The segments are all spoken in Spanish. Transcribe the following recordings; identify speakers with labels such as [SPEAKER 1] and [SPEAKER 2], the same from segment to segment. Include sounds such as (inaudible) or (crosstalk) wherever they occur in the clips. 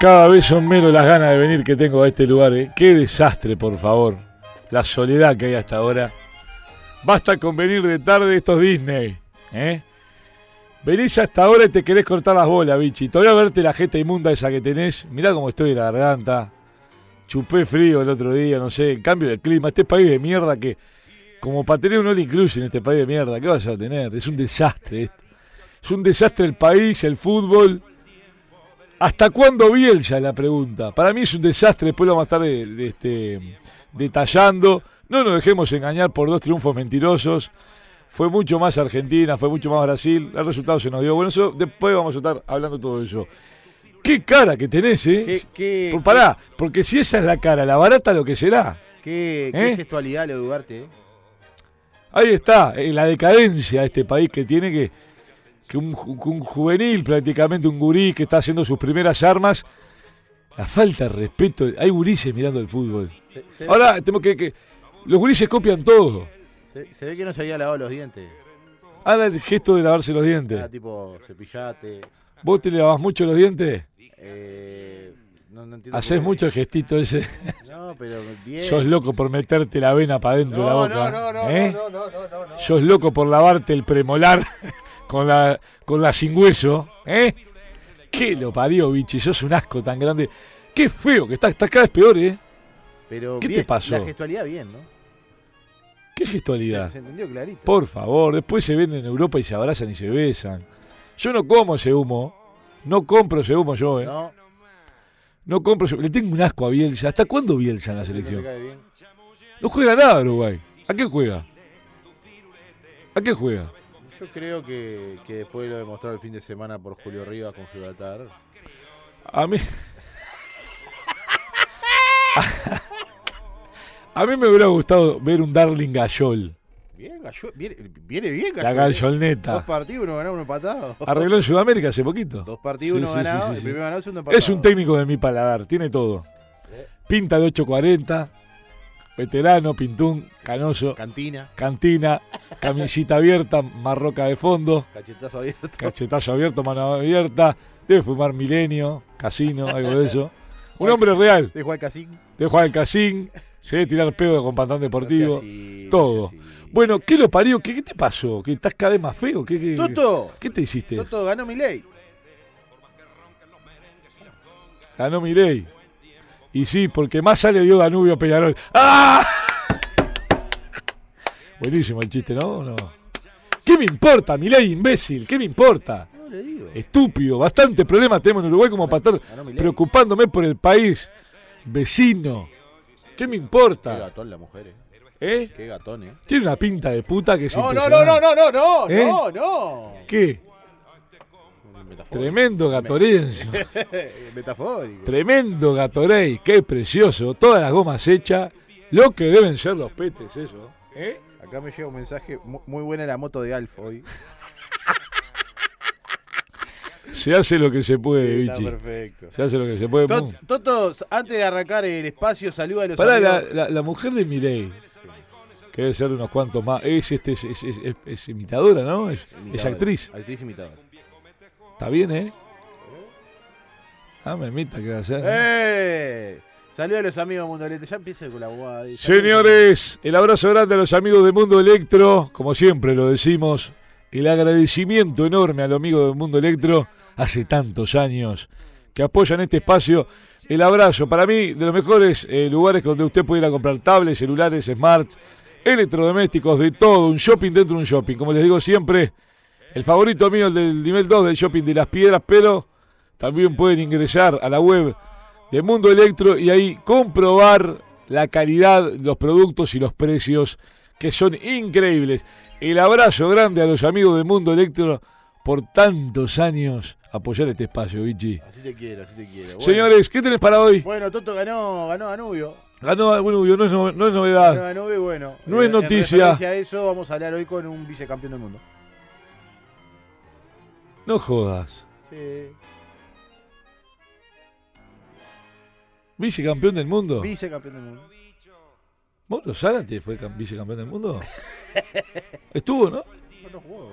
[SPEAKER 1] Cada vez son menos las ganas de venir que tengo a este lugar. ¿eh? Qué desastre, por favor. La soledad que hay hasta ahora. Basta con venir de tarde estos Disney. ¿eh? Venís hasta ahora y te querés cortar las bolas, bichi. Te voy a verte la jeta inmunda esa que tenés. Mirá cómo estoy de la garganta. Chupé frío el otro día, no sé. Cambio de clima. Este país de mierda que... Como para tener un all inclusive en este país de mierda. ¿Qué vas a tener? Es un desastre esto. Es un desastre el país, el fútbol. ¿Hasta cuándo Bielsa? es La pregunta. Para mí es un desastre, después lo vamos a estar de- de- este, detallando. No nos dejemos engañar por dos triunfos mentirosos. Fue mucho más Argentina, fue mucho más Brasil. El resultado se nos dio. Bueno, eso después vamos a estar hablando todo eso. ¿Qué cara que tenés, eh?
[SPEAKER 2] ¿Qué, qué,
[SPEAKER 1] Por- Pará, porque si esa es la cara, la barata lo que será.
[SPEAKER 2] qué- qué
[SPEAKER 1] ¿Eh?
[SPEAKER 2] gestualidad lo de Ugarte, eh?
[SPEAKER 1] Ahí está, eh, la decadencia de este país que tiene que, que un, ju- que un juvenil, prácticamente un gurí que está haciendo sus primeras armas, la falta de respeto, hay gurises mirando el fútbol.
[SPEAKER 2] Se, se-
[SPEAKER 1] Ahora tenemos que, que- los gurises copian todo.
[SPEAKER 2] se- se ve que no se había lavado los dientes.
[SPEAKER 1] Ahora el gesto de lavarse los dientes.
[SPEAKER 2] Era tipo cepillate.
[SPEAKER 1] ¿Vos te lavas mucho los dientes?
[SPEAKER 2] eh, no, no entiendo.
[SPEAKER 1] Hacés
[SPEAKER 2] por qué.
[SPEAKER 1] mucho el gestito ese.
[SPEAKER 2] No, pero bien.
[SPEAKER 1] Sos loco por meterte la vena para dentro de la
[SPEAKER 2] no,
[SPEAKER 1] boca.
[SPEAKER 2] no, no, no,
[SPEAKER 1] ¿eh?
[SPEAKER 2] no, no, no, no, no.
[SPEAKER 1] Sos loco por lavarte el premolar (laughs) con la, con la sin hueso, ¿eh? ¿Qué lo parió, bichi? Sos un asco tan grande. Qué feo que estás, estás cada vez peor, ¿eh?
[SPEAKER 2] Pero
[SPEAKER 1] ¿Qué te
[SPEAKER 2] bien,
[SPEAKER 1] pasó?
[SPEAKER 2] La gestualidad bien, ¿no?
[SPEAKER 1] Qué
[SPEAKER 2] Se,
[SPEAKER 1] gestualidad.
[SPEAKER 2] se entendió clarito.
[SPEAKER 1] Por favor, después se ven en Europa y se abrazan y se besan. Yo no como ese humo. No compro ese humo yo, ¿eh?
[SPEAKER 2] No,
[SPEAKER 1] No compro ese Le tengo un asco a Bielsa. ¿Hasta cuándo Bielsa en la
[SPEAKER 2] no te
[SPEAKER 1] selección?
[SPEAKER 2] cae bien.
[SPEAKER 1] No juega nada Uruguay. ¿A qué juega? ¿A qué juega?
[SPEAKER 2] Yo creo que, que después de lo demostrado el fin de semana por Julio Rivas con Gibraltar.
[SPEAKER 1] A mí. A mí me hubiera gustado ver un Darling Gallol,
[SPEAKER 2] Bien, Gallo, viene, viene bien,
[SPEAKER 1] la
[SPEAKER 2] Gallo. ¿eh? Dos
[SPEAKER 1] Gallolneta.
[SPEAKER 2] partidos, uno ganado, uno empatado.
[SPEAKER 1] Arregló en Sudamérica hace poquito.
[SPEAKER 2] Dos partidos,
[SPEAKER 1] Sí,
[SPEAKER 2] uno
[SPEAKER 1] sí,
[SPEAKER 2] ganado.
[SPEAKER 1] sí, sí,
[SPEAKER 2] el
[SPEAKER 1] sí.
[SPEAKER 2] primero ganado, el segundo empatado.
[SPEAKER 1] Es un técnico de mi paladar, tiene todo. Pinta de 8.40, veterano, pintún, canoso,
[SPEAKER 2] Cantina,
[SPEAKER 1] cantina, camisita abierta, marroca de fondo,
[SPEAKER 2] cachetazo abierto.
[SPEAKER 1] cachetazo abierto, mano abierta, debe fumar milenio, casino, algo de eso. Un hombre real,
[SPEAKER 2] De Juan Casín.
[SPEAKER 1] debe jugar al casín, se debe tirar pedo con pantán deportivo.
[SPEAKER 2] No sea así, no
[SPEAKER 1] todo.
[SPEAKER 2] sea así.
[SPEAKER 1] Bueno, ¿qué lo parió? ¿Qué, qué te pasó? ¿Que estás cada vez más feo? ¿Qué, qué,
[SPEAKER 2] Toto,
[SPEAKER 1] qué te hiciste?
[SPEAKER 2] Toto ganó mi ley.
[SPEAKER 1] Ganó Milei. Y sí, porque más sale dio Danubio a Peñarol. ¡Ah! Buenísimo el chiste, ¿no? ¿O no? ¿Qué me importa, Milei, imbécil? ¿Qué me importa?
[SPEAKER 2] No le digo.
[SPEAKER 1] Estúpido, bastante problema tenemos en Uruguay como para estar
[SPEAKER 2] Ganó mi ley.
[SPEAKER 1] preocupándome por el país vecino. ¿Qué me
[SPEAKER 2] Qué
[SPEAKER 1] importa?
[SPEAKER 2] gatón la mujer, eh.
[SPEAKER 1] ¿Eh?
[SPEAKER 2] Qué gatón, eh.
[SPEAKER 1] Tiene una pinta de puta que es
[SPEAKER 2] No, no, no, no,
[SPEAKER 1] impresionante.
[SPEAKER 2] no, no, no,
[SPEAKER 1] ¿Eh?
[SPEAKER 2] no, no.
[SPEAKER 1] ¿Qué?
[SPEAKER 2] Metafórico.
[SPEAKER 1] Tremendo gatorenzo.
[SPEAKER 2] (laughs) Metafórico.
[SPEAKER 1] Tremendo Gatorade, qué precioso, todas las gomas hechas, lo que deben ser los petes eso. ¿eh?
[SPEAKER 2] Acá me llega un mensaje mu- muy buena la moto de Alf hoy.
[SPEAKER 1] Se hace lo que se puede,
[SPEAKER 2] Está
[SPEAKER 1] bichi.
[SPEAKER 2] perfecto.
[SPEAKER 1] Se hace lo que se puede.
[SPEAKER 2] To-
[SPEAKER 1] Mu.
[SPEAKER 2] Toto, antes de arrancar el espacio, saluda a los
[SPEAKER 1] Pará, la,
[SPEAKER 2] amigos.
[SPEAKER 1] la- la mujer de Miley, que debe ser unos cuantos más, es, este, es, es- es- es- es imitadora, ¿no? Es, es
[SPEAKER 2] Imitadora,
[SPEAKER 1] actriz.
[SPEAKER 2] Actriz imitadora.
[SPEAKER 1] Está bien, ¿eh? Ah, me imita que va a hacer. ¿eh?
[SPEAKER 2] ¡Eh! Saluda a los amigos de Mundo Lete. Ya empieza con la guada. Saluda.
[SPEAKER 1] Señores, el abrazo grande a los amigos de Mundo Electro, como siempre lo decimos, el agradecimiento enorme a los amigos de Mundo Electro, hace tantos años que apoyan este espacio. El abrazo, para mí, de los mejores eh, lugares donde usted puede ir a comprar tablets, celulares, smarts, electrodomésticos, de todo, un shopping dentro de un shopping. Como les digo siempre, el favorito mío, el del nivel 2 del shopping de las piedras, pero también pueden ingresar a la web de Mundo Electro y ahí comprobar la calidad, los productos y los precios que son increíbles. El abrazo grande a los amigos de Mundo Electro por tantos años apoyar este espacio, Vichy.
[SPEAKER 2] Así te quiero, así te quiero. Bueno.
[SPEAKER 1] Señores, ¿qué tenés para hoy?
[SPEAKER 2] Bueno, Toto ganó, ganó Danubio.
[SPEAKER 1] Ganó, bueno, no es, no- no es
[SPEAKER 2] Ganó
[SPEAKER 1] novedad.
[SPEAKER 2] Danubio y bueno.
[SPEAKER 1] Ah.
[SPEAKER 2] eh,
[SPEAKER 1] No es
[SPEAKER 2] en
[SPEAKER 1] noticia.
[SPEAKER 2] referencia a eso vamos a hablar hoy con un vicecampeón del mundo.
[SPEAKER 1] No jodas.
[SPEAKER 2] Sí.
[SPEAKER 1] ¿Vicecampeón del mundo?
[SPEAKER 2] Vicecampeón del mundo.
[SPEAKER 1] ¿Mauro Zárate fue cam- vicecampeón del mundo? Estuvo, ¿no?
[SPEAKER 2] No, no jugó.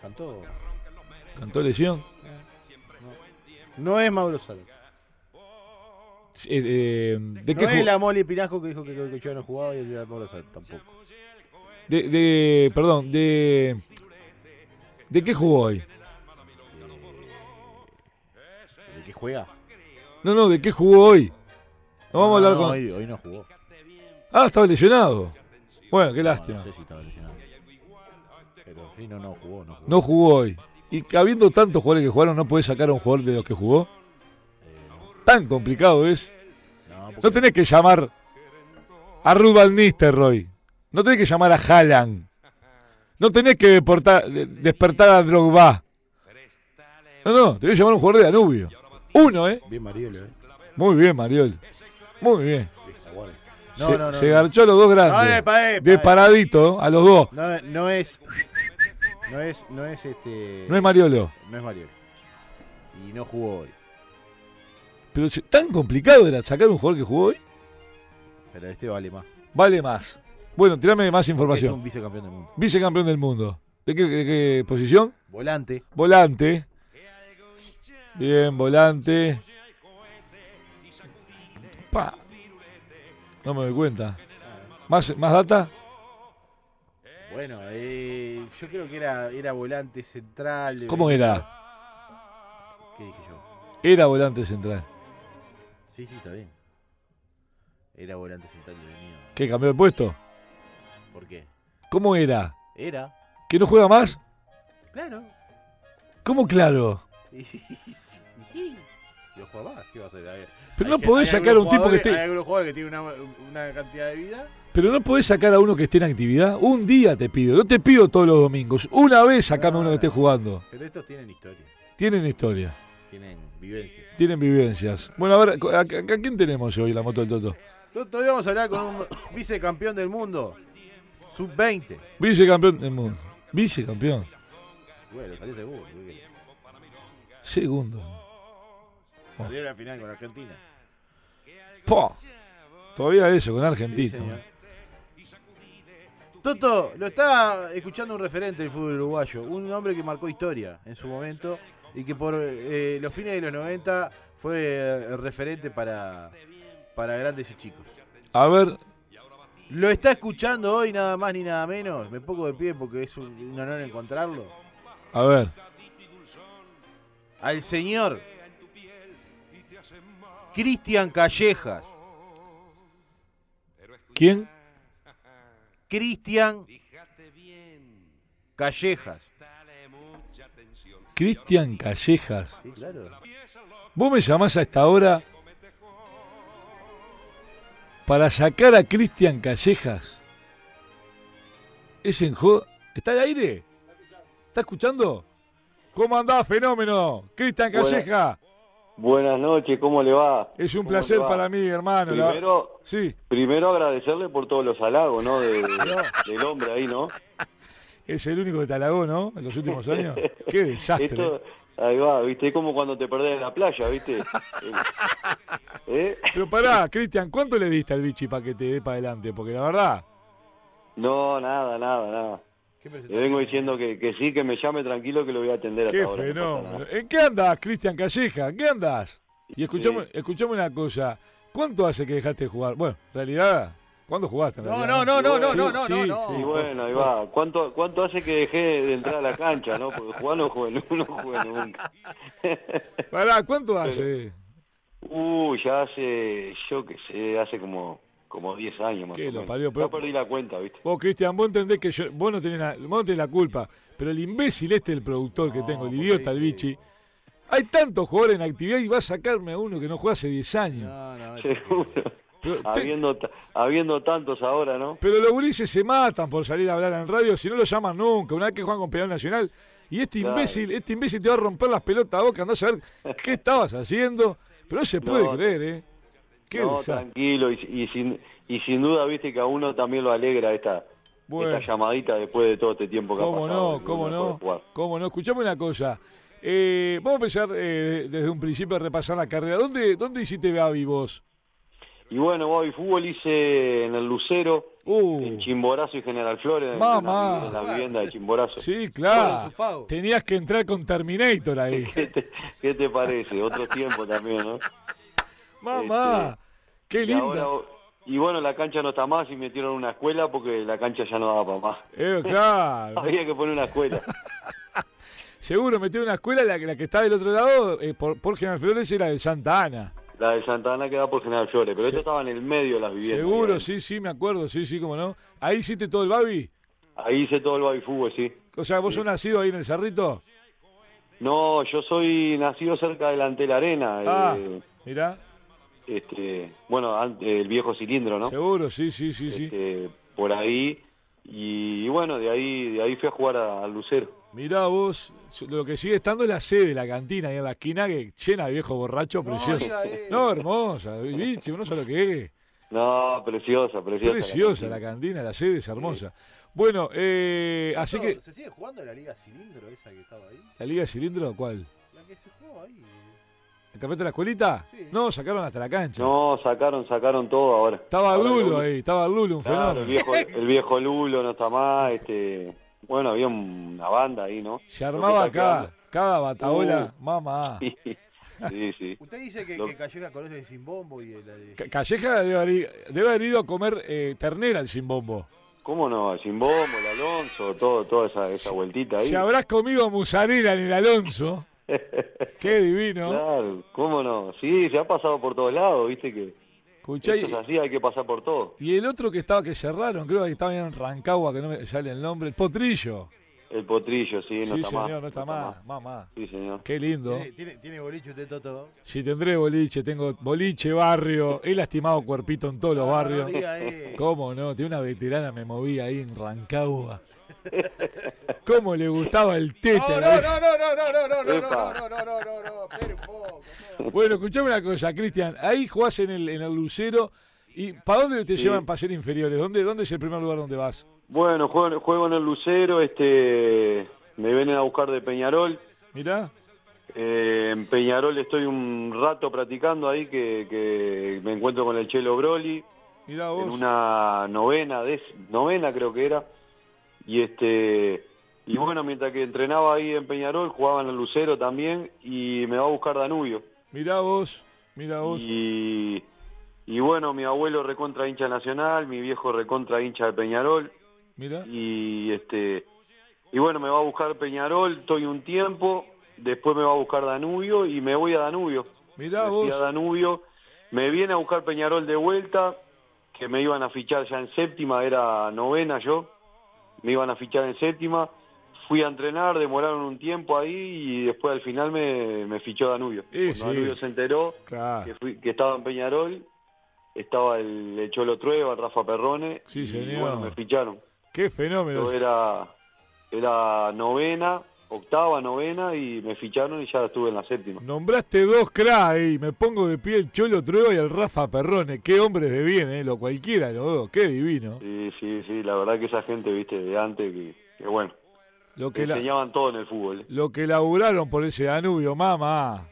[SPEAKER 2] Cantó.
[SPEAKER 1] Cantó lesión.
[SPEAKER 2] No es Mauro Sala.
[SPEAKER 1] Eh, eh, ¿De
[SPEAKER 2] no
[SPEAKER 1] qué
[SPEAKER 2] es
[SPEAKER 1] ju-
[SPEAKER 2] la Moli Pinasco que dijo que Cochea no jugaba y el Morosa tampoco.
[SPEAKER 1] de, de- perdón, de. ¿De qué jugó hoy?
[SPEAKER 2] Eh, ¿De qué juega?
[SPEAKER 1] No, no, ¿de qué jugó hoy? No vamos a hablar con.
[SPEAKER 2] Hoy, hoy no jugó.
[SPEAKER 1] Ah, estaba lesionado. Bueno, qué lástima.
[SPEAKER 2] No, sé si estaba lesionado. Pero sí, no, no jugó, no jugó.
[SPEAKER 1] No jugó hoy. Y que habiendo tantos jugadores que jugaron, no podés sacar a un jugador de los que jugó. Tan complicado es.
[SPEAKER 2] No, porque
[SPEAKER 1] No tenés que llamar a Ruben Nisterroy. No tenés que llamar a Haaland. No tenés que deportar- de- despertar a Drogba. No, no, tenés que llamar a un jugador de Danubio. Uno, ¿eh?
[SPEAKER 2] Bien Marielo, eh.
[SPEAKER 1] Muy bien, Mariol. Muy bien.
[SPEAKER 2] Bien, Jaguar.
[SPEAKER 1] se,
[SPEAKER 2] No, no, no.
[SPEAKER 1] se
[SPEAKER 2] no.
[SPEAKER 1] garchó a los dos
[SPEAKER 2] No, eh,
[SPEAKER 1] grandes.
[SPEAKER 2] pa, eh,
[SPEAKER 1] de
[SPEAKER 2] pa, eh.
[SPEAKER 1] paradito, a los dos.
[SPEAKER 2] No, no es. No es, no es este.
[SPEAKER 1] No es Mariolo.
[SPEAKER 2] no es Mariel. Y no jugó hoy.
[SPEAKER 1] Pero se- tan complicado era sacar un jugador que jugó hoy.
[SPEAKER 2] Pero este vale más.
[SPEAKER 1] Vale más. Bueno, tirame más
[SPEAKER 2] Es
[SPEAKER 1] información.
[SPEAKER 2] un vicecampeón del mundo.
[SPEAKER 1] Vicecampeón del mundo. ¿De qué, de qué posición?
[SPEAKER 2] Volante.
[SPEAKER 1] Volante. Bien, volante. Pa. No me doy cuenta. ¿Más, más data?
[SPEAKER 2] Bueno, eh, yo creo que era, era volante central. eh,
[SPEAKER 1] ¿Cómo era?
[SPEAKER 2] ¿Qué dije yo?
[SPEAKER 1] Era volante central.
[SPEAKER 2] Sí, sí, está bien. Era volante central de venido.
[SPEAKER 1] ¿Qué cambió de puesto?
[SPEAKER 2] ¿Por qué?
[SPEAKER 1] ¿Cómo era?
[SPEAKER 2] Era.
[SPEAKER 1] ¿Que no juega más?
[SPEAKER 2] Claro.
[SPEAKER 1] ¿Cómo claro?
[SPEAKER 2] Y sí. Yo jugaba más. ¿Qué va a hacer? Hay-
[SPEAKER 1] Pero
[SPEAKER 2] hay
[SPEAKER 1] no
[SPEAKER 2] que-
[SPEAKER 1] podés
[SPEAKER 2] hay
[SPEAKER 1] sacar a
[SPEAKER 2] algunos
[SPEAKER 1] un tipo que
[SPEAKER 2] jugadores- Hay
[SPEAKER 1] esté.
[SPEAKER 2] algunos jugadores que tienen una, una cantidad de vida.
[SPEAKER 1] Pero no podés sacar a uno que esté en actividad. Un día te pido. No te pido todos los domingos. Una vez sacame a uno que esté jugando.
[SPEAKER 2] Pero estos tienen historia.
[SPEAKER 1] Tienen historia.
[SPEAKER 2] Tienen vivencias.
[SPEAKER 1] Tienen vivencias. Bueno, a ver, ¿a, a- a quién tenemos hoy en la moto del Toto?
[SPEAKER 2] Toto, hoy vamos a hablar con un (coughs) vicecampeón del mundo. Sub-20.
[SPEAKER 1] Vicecampeón del mundo. Vicecampeón.
[SPEAKER 2] Bueno, salió seguro. porque
[SPEAKER 1] Segundo.
[SPEAKER 2] Salió la final con Argentina.
[SPEAKER 1] Po. Todavía eso con
[SPEAKER 2] Sí,
[SPEAKER 1] Argentina.
[SPEAKER 2] señor. Toto, lo está escuchando un referente del fútbol uruguayo, un hombre que marcó historia en su momento y que por eh, los fines de los 90 fue eh, referente para, para grandes y chicos.
[SPEAKER 1] a ver,
[SPEAKER 2] Lo está escuchando hoy nada más ni nada menos, me pongo de pie porque es un, un honor encontrarlo,
[SPEAKER 1] a ver.
[SPEAKER 2] al señor Cristian Callejas.
[SPEAKER 1] ¿Quién?
[SPEAKER 2] Cristian Callejas.
[SPEAKER 1] Cristian Callejas.
[SPEAKER 2] Sí, claro.
[SPEAKER 1] Vos me llamás a esta hora para sacar a Cristian Callejas. Es en jo- ¿Está al aire? ¿Está escuchando? ¿Cómo andás, fenómeno? Cristian
[SPEAKER 3] Buenas.
[SPEAKER 1] Calleja.
[SPEAKER 3] Buenas noches, ¿cómo le va?
[SPEAKER 1] Es un
[SPEAKER 3] ¿Cómo
[SPEAKER 1] placer
[SPEAKER 3] le va?
[SPEAKER 1] para mí, hermano. la-
[SPEAKER 3] Primero,
[SPEAKER 1] Sí,
[SPEAKER 3] primero agradecerle por todos los halagos,
[SPEAKER 1] (laughs)
[SPEAKER 3] ¿no? De- de- del hombre ahí, ¿no?
[SPEAKER 1] es el único que te halagó, ¿no? En los últimos
[SPEAKER 3] (laughs)
[SPEAKER 1] años. Qué desastre.
[SPEAKER 3] Esto, ahí va, ¿viste? Es como cuando te perdés en la playa,
[SPEAKER 1] (laughs)
[SPEAKER 3] ¿viste? ¿Eh?
[SPEAKER 1] Pero pará, Cristian, ¿cuánto le diste al bichi para que te dé para adelante? Porque la verdad,
[SPEAKER 3] No, nada, nada, nada.
[SPEAKER 2] ¿Qué
[SPEAKER 3] Le
[SPEAKER 2] presentación?
[SPEAKER 3] vengo diciendo que, que sí, que me llame tranquilo que lo voy a atender hasta
[SPEAKER 1] qué
[SPEAKER 3] ahora. no pasa
[SPEAKER 1] fenómeno.
[SPEAKER 3] nada.
[SPEAKER 1] ¿En qué andas, Cristian Calleja? ¿En qué andas? Y escuchame,
[SPEAKER 3] Sí.
[SPEAKER 1] escuchame una cosa. ¿Cuánto hace que dejaste de jugar? Bueno, en realidad, ¿cuándo jugaste? en
[SPEAKER 2] No,
[SPEAKER 1] realidad?
[SPEAKER 2] no, no, no, no,
[SPEAKER 3] Sí,
[SPEAKER 2] no, no,
[SPEAKER 1] sí,
[SPEAKER 2] no, no.
[SPEAKER 1] sí,
[SPEAKER 3] Y bueno, ahí va. ¿Cuánto, ¿Cuánto hace que dejé de entrar a la cancha, no? Porque Juan no jugué, no jugué nunca.
[SPEAKER 1] Pará, ¿cuánto hace?
[SPEAKER 3] Uy, ya hace, yo qué sé, hace como, como 10 años más
[SPEAKER 1] ¿Qué lo
[SPEAKER 3] o menos.
[SPEAKER 1] parió? Pero-
[SPEAKER 3] Ya perdí la
[SPEAKER 1] (laughs)
[SPEAKER 3] cuenta, ¿viste? (laughs)
[SPEAKER 1] Vos, Cristian, vos entendés que yo, vos, no tenés la, vos no tenés la culpa, pero el imbécil este, el productor que
[SPEAKER 2] No,
[SPEAKER 1] tengo, el
[SPEAKER 2] porque
[SPEAKER 1] idiota, el
[SPEAKER 2] dice-
[SPEAKER 1] bichi, hay tantos jugadores en actividad y vas a sacarme a uno que no juega hace 10 años.
[SPEAKER 2] No, no, este-
[SPEAKER 3] Seguro.
[SPEAKER 1] Pero te-
[SPEAKER 3] Habiendo, ta- habiendo tantos ahora, ¿no?
[SPEAKER 1] Pero los gurises se matan por salir a hablar en radio, si no lo llaman nunca, una vez que juegan con Peñarol Nacional. Y este
[SPEAKER 3] Claro.
[SPEAKER 1] imbécil, este imbécil te va a romper las pelotas a vos, que andás a ver qué estabas haciendo. Pero no se puede
[SPEAKER 3] No.
[SPEAKER 1] creer, ¿eh? Qué
[SPEAKER 3] no,
[SPEAKER 1] desastre.
[SPEAKER 3] tranquilo. Y, y sin, y sin duda, viste que a uno también lo alegra esta,
[SPEAKER 1] Bueno.
[SPEAKER 3] esta llamadita después de todo este tiempo que ha
[SPEAKER 1] ¿Cómo
[SPEAKER 3] pasado.
[SPEAKER 1] no?
[SPEAKER 3] que
[SPEAKER 1] ¿Cómo
[SPEAKER 3] uno
[SPEAKER 1] no?
[SPEAKER 3] puede jugar.
[SPEAKER 1] ¿Cómo no? Escuchame una cosa. Eh, vamos a empezar eh, desde un principio a repasar la carrera. ¿Dónde, dónde hiciste Gaby vos?
[SPEAKER 3] Y bueno, Bobby, fútbol hice en el Lucero,
[SPEAKER 1] Uh,
[SPEAKER 3] en Chimborazo y General Flores, en
[SPEAKER 1] Mamá.
[SPEAKER 3] la- en la vivienda de Chimborazo.
[SPEAKER 1] sí,
[SPEAKER 2] Con
[SPEAKER 1] claro.
[SPEAKER 2] su pago.
[SPEAKER 1] Tenías que
[SPEAKER 3] (laughs) Este,
[SPEAKER 1] entrar con Terminator ahí.
[SPEAKER 3] ¿Qué te parece? Otro tiempo también, ¿no?
[SPEAKER 1] Mamá, qué
[SPEAKER 3] Y,
[SPEAKER 1] linda.
[SPEAKER 3] ahora- y bueno, la cancha no está más y metieron una escuela porque la cancha ya no daba para más.
[SPEAKER 1] Eh,
[SPEAKER 3] (laughs)
[SPEAKER 1] claro.
[SPEAKER 3] Había que poner
[SPEAKER 1] (laughs)
[SPEAKER 3] una escuela.
[SPEAKER 1] Seguro metió una escuela, la, que- la que está del otro lado, eh, por, por General Flores era de Santa Ana.
[SPEAKER 3] La de Santa Ana queda por General Flores, pero esta estaba en el medio de las viviendas.
[SPEAKER 1] Seguro,
[SPEAKER 3] digamos.
[SPEAKER 1] sí, sí, me acuerdo, sí, sí, cómo no. Ahí hiciste todo el babi.
[SPEAKER 3] Ahí hice todo el baby fútbol, sí.
[SPEAKER 1] O sea, vos sos nacido ahí en el Cerrito.
[SPEAKER 3] No, yo soy nacido cerca del Antel Arena.
[SPEAKER 1] Ah,
[SPEAKER 3] eh,
[SPEAKER 1] mirá.
[SPEAKER 3] este, bueno, an- eh, el viejo cilindro, ¿no?
[SPEAKER 1] Seguro, sí, sí, sí, sí.
[SPEAKER 3] Este, por ahí. Y, bueno, de ahí de ahí fui a jugar a- al Lucero.
[SPEAKER 1] Mirá vos, lo que sigue estando es la sede, la cantina ahí en la esquina, que llena de viejo borracho, precioso.
[SPEAKER 2] diga eso.
[SPEAKER 1] No, hermosa, bicho, no sabe lo que es.
[SPEAKER 3] No, preciosa, preciosa. la
[SPEAKER 1] Preciosa
[SPEAKER 3] cantina.
[SPEAKER 1] la cantina, la sede es hermosa. Bueno, eh, así que.
[SPEAKER 2] ¿Se sigue jugando la Liga Cilindro esa que estaba ahí?
[SPEAKER 1] ¿La Liga de Cilindro cuál?
[SPEAKER 2] La que se jugaba ahí.
[SPEAKER 1] ¿El campeonato de la escuelita?
[SPEAKER 2] Sí.
[SPEAKER 1] No, sacaron hasta la cancha.
[SPEAKER 3] No, sacaron, sacaron todo ahora.
[SPEAKER 1] Estaba
[SPEAKER 3] Ahora
[SPEAKER 1] Lulo
[SPEAKER 3] lo-
[SPEAKER 1] ahí, estaba Lulo, un fenómeno.
[SPEAKER 3] Claro, el viejo, el viejo Lulo no está más, este, bueno, había una banda ahí, ¿no? (laughs)
[SPEAKER 1] Se armaba
[SPEAKER 3] Lo que está
[SPEAKER 1] acá, cada bataola,
[SPEAKER 3] Uh.
[SPEAKER 1] mamá.
[SPEAKER 3] quedando. Sí, sí.
[SPEAKER 2] Usted dice que,
[SPEAKER 3] Lo-
[SPEAKER 2] que Calleja conoce el sin bombo y la de...
[SPEAKER 1] Ca- Calleja debe haber, i- debe haber ido a comer eh, ternera al chimbombo.
[SPEAKER 3] ¿Cómo no? El Simbombo, el Alonso, todo, toda esa, esa vueltita ahí.
[SPEAKER 1] Si habrás comido musarela en el Alonso.
[SPEAKER 3] (laughs)
[SPEAKER 1] Qué divino.
[SPEAKER 3] Claro, ¿cómo no? Sí, se ha pasado por todos lados, viste que
[SPEAKER 1] Escuchá,
[SPEAKER 3] esto
[SPEAKER 1] y,
[SPEAKER 3] es así, hay que pasar por todo.
[SPEAKER 1] y el otro que estaba que cerraron, creo que estaba en Rancagua, que no me sale el nombre, el Potrillo.
[SPEAKER 3] El potrillo, sí, no
[SPEAKER 1] sí,
[SPEAKER 3] está
[SPEAKER 1] señor,
[SPEAKER 3] más.
[SPEAKER 1] no está más, mamá.
[SPEAKER 3] Sí, señor.
[SPEAKER 1] Qué lindo.
[SPEAKER 2] ¿Tiene, tiene, tiene boliche usted, Toto?
[SPEAKER 1] Si tendré boliche, tengo boliche, barrio. He lastimado cuerpito en todos los
[SPEAKER 2] Ah, No
[SPEAKER 1] barrios.
[SPEAKER 2] diga, eh.
[SPEAKER 1] (laughs) ¿Cómo no? Tiene una veterana, me movía ahí en Rancagua. ¿Cómo le gustaba el tete?
[SPEAKER 2] No,
[SPEAKER 1] a la
[SPEAKER 2] no,
[SPEAKER 1] vieja?
[SPEAKER 2] no, no, no, no, no, no, no,
[SPEAKER 3] Epa.
[SPEAKER 2] no, no, no, no, no, no, espere un poco. no.
[SPEAKER 1] Bueno, escuchame una cosa, Cristian. Ahí jugás en el, en el Lucero. ¿Y para dónde te
[SPEAKER 3] Sí.
[SPEAKER 1] llevan para ser inferiores? ¿Dónde, ¿Dónde es el primer lugar donde vas?
[SPEAKER 3] Bueno, juego, juego en el Lucero, este, me vienen a buscar de Peñarol.
[SPEAKER 1] Mirá,
[SPEAKER 3] Eh, en Peñarol estoy un rato practicando ahí que, que me encuentro con el Chelo Broli
[SPEAKER 1] mirá
[SPEAKER 3] en
[SPEAKER 1] vos.
[SPEAKER 3] una novena, des- novena creo que era. Y este y bueno, mientras que entrenaba ahí en Peñarol, jugaba en el Lucero también y me va a buscar Danubio.
[SPEAKER 1] Mirá vos, mirá vos.
[SPEAKER 3] Y, y bueno, mi abuelo recontra hincha de nacional, mi viejo recontra hincha de Peñarol
[SPEAKER 1] Mirá.
[SPEAKER 3] y este y bueno, me va a buscar Peñarol, estoy un tiempo, después me va a buscar Danubio y me voy a Danubio.
[SPEAKER 1] Mirá
[SPEAKER 3] Me fui
[SPEAKER 1] vos.
[SPEAKER 3] a Danubio. Me viene a buscar Peñarol de vuelta, que me iban a fichar ya en séptima, era novena yo. Me iban a fichar en séptima. Fui a entrenar, demoraron un tiempo ahí y después al final me, me fichó Danubio.
[SPEAKER 1] Y
[SPEAKER 3] Cuando
[SPEAKER 1] sí. Ah.
[SPEAKER 3] Danubio se enteró que,
[SPEAKER 1] Claro.
[SPEAKER 3] fui- que estaba en Peñarol, estaba el, el Cholo Trueba, el Rafa Perrone.
[SPEAKER 1] Sí,
[SPEAKER 3] y
[SPEAKER 1] señor.
[SPEAKER 3] bueno, me ficharon.
[SPEAKER 1] Qué
[SPEAKER 3] Yo
[SPEAKER 1] fenómeno.
[SPEAKER 3] era, era novena, octava, novena y me ficharon y ya estuve en la séptima.
[SPEAKER 1] Nombraste dos cracks y me pongo de pie el Cholo Trueba y el Rafa Perrone. Qué hombres de bien, ¿eh? Lo cualquiera, los dos. Qué divino.
[SPEAKER 3] Sí, sí, sí, la verdad que esa gente, viste, de antes, que, que bueno,
[SPEAKER 1] Lo
[SPEAKER 3] que
[SPEAKER 1] que, la-
[SPEAKER 3] enseñaban todo en el fútbol. ¿eh?
[SPEAKER 1] lo que laburaron por ese Danubio, mamá.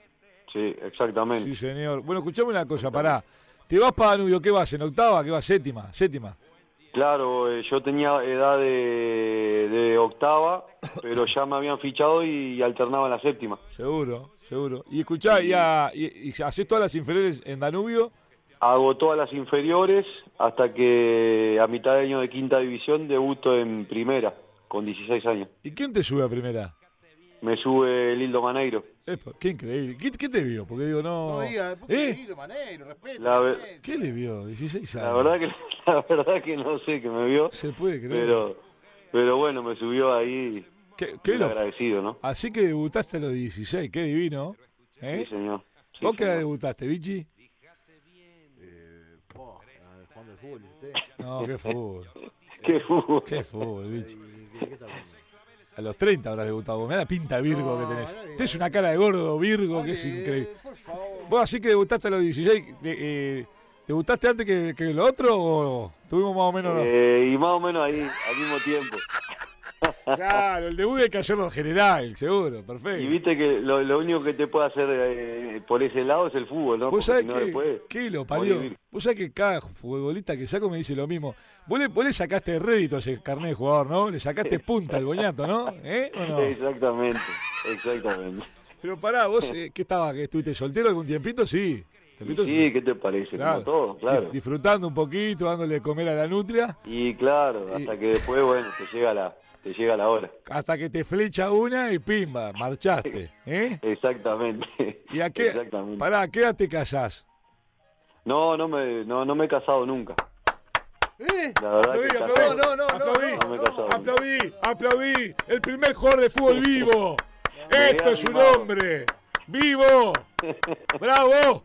[SPEAKER 3] Sí, exactamente.
[SPEAKER 1] Sí, señor. Bueno, escuchame una cosa, pará. ¿Te vas para Danubio? ¿Qué vas? ¿En octava? ¿Qué vas? ¿Séptima? ¿Séptima?
[SPEAKER 3] Claro, eh, yo tenía edad de, de octava, pero ya me habían fichado y, alternaba en la séptima.
[SPEAKER 1] Seguro, seguro. Y escuchá, y, a- y- y hacés todas las inferiores en Danubio.
[SPEAKER 3] Hago todas las inferiores hasta que a mitad de año de quinta división debuto en primera, con 16 años.
[SPEAKER 1] ¿Y quién te sube a primera?
[SPEAKER 3] Me sube Lildo Maneiro.
[SPEAKER 1] Epa, qué increíble. ¿Qué, qué te vio? Porque digo, no.
[SPEAKER 2] No diga, ¿por qué
[SPEAKER 1] ¿Eh?
[SPEAKER 2] seguido, Manero? Respeto.
[SPEAKER 3] La ve-
[SPEAKER 2] respeto.
[SPEAKER 1] ¿Qué le vio? 16 años.
[SPEAKER 3] La verdad que, (laughs) la verdad que no sé que me vio,
[SPEAKER 1] Se puede creer.
[SPEAKER 3] pero, pero bueno, me subió ahí
[SPEAKER 1] Qué- qué
[SPEAKER 3] bien
[SPEAKER 1] lo-
[SPEAKER 3] agradecido, ¿no?
[SPEAKER 1] Así que debutaste a los 16, qué divino. ¿Eh?
[SPEAKER 3] Sí, señor. Sí,
[SPEAKER 1] ¿Vos qué edad
[SPEAKER 3] señor.
[SPEAKER 1] debutaste, Vichy?
[SPEAKER 2] Eh, po, a ver, jugando al fútbol, ¿y usted?
[SPEAKER 1] No, qué fútbol.
[SPEAKER 3] Qué fútbol.
[SPEAKER 1] Qué
[SPEAKER 3] (laughs)
[SPEAKER 1] fútbol, Vichy.
[SPEAKER 2] ¿Y qué- qué está hablando?
[SPEAKER 1] A los 30 habrás debutado. vos. Mirá la pinta Virgo
[SPEAKER 2] No,
[SPEAKER 1] que tenés.
[SPEAKER 2] no digas.
[SPEAKER 1] Tenés una cara de gordo Virgo que es
[SPEAKER 2] Dale,
[SPEAKER 1] increíble.
[SPEAKER 2] Por favor.
[SPEAKER 1] Vos así que debutaste a los 16. de- eh, ¿Debutaste antes que, que el otro o tuvimos más o menos...
[SPEAKER 3] Eh, y más o menos ahí, al mismo tiempo.
[SPEAKER 1] Claro, el debut hay que hacerlo general, seguro,
[SPEAKER 3] Y
[SPEAKER 1] perfecto.
[SPEAKER 3] viste que lo, lo único que te puede hacer eh, por ese lado es el fútbol, ¿no?
[SPEAKER 1] Vos Pues
[SPEAKER 3] Porque
[SPEAKER 1] sabés
[SPEAKER 3] si no
[SPEAKER 1] que,
[SPEAKER 3] después-
[SPEAKER 1] que lo parió.
[SPEAKER 3] morir.
[SPEAKER 1] Vos sabés que cada futbolista que saco me dice lo mismo. Vos le, vos le sacaste rédito a ese carnet de jugador, ¿no? Le sacaste punta al boñato, ¿no? ¿Eh? ¿O no?
[SPEAKER 3] Exactamente, exactamente.
[SPEAKER 1] Pero pará, vos, eh, ¿qué estabas? ¿Que estuviste soltero algún tiempito? Sí. Repito,
[SPEAKER 3] sí, ¿qué te parece?
[SPEAKER 1] claro,
[SPEAKER 3] Como todo, claro.
[SPEAKER 1] dif- Disfrutando un poquito, dándole de comer a la nutria,
[SPEAKER 3] Y claro, hasta que después, bueno, te llega la, te llega la hora.
[SPEAKER 1] hasta que te flecha una y pimba, marchaste. ¿eh?
[SPEAKER 3] Exactamente.
[SPEAKER 1] ¿Y a qué?
[SPEAKER 3] Exactamente.
[SPEAKER 1] Pará, ¿a qué edad te casás?
[SPEAKER 3] No, no me, no, no me he casado nunca.
[SPEAKER 2] ¿Eh?
[SPEAKER 3] La verdad
[SPEAKER 1] Aplaudí,
[SPEAKER 3] que
[SPEAKER 1] aplaudí.
[SPEAKER 3] casado-
[SPEAKER 2] No, no, no,
[SPEAKER 1] aplaudí,
[SPEAKER 2] no,
[SPEAKER 3] no, no. No me casaba.
[SPEAKER 1] aplaudí, aplaudí. El primer jugador de fútbol vivo.
[SPEAKER 3] (laughs) Me
[SPEAKER 1] Esto
[SPEAKER 3] había
[SPEAKER 1] es un
[SPEAKER 3] animado.
[SPEAKER 1] hombre. ¡Vivo! ¡Bravo!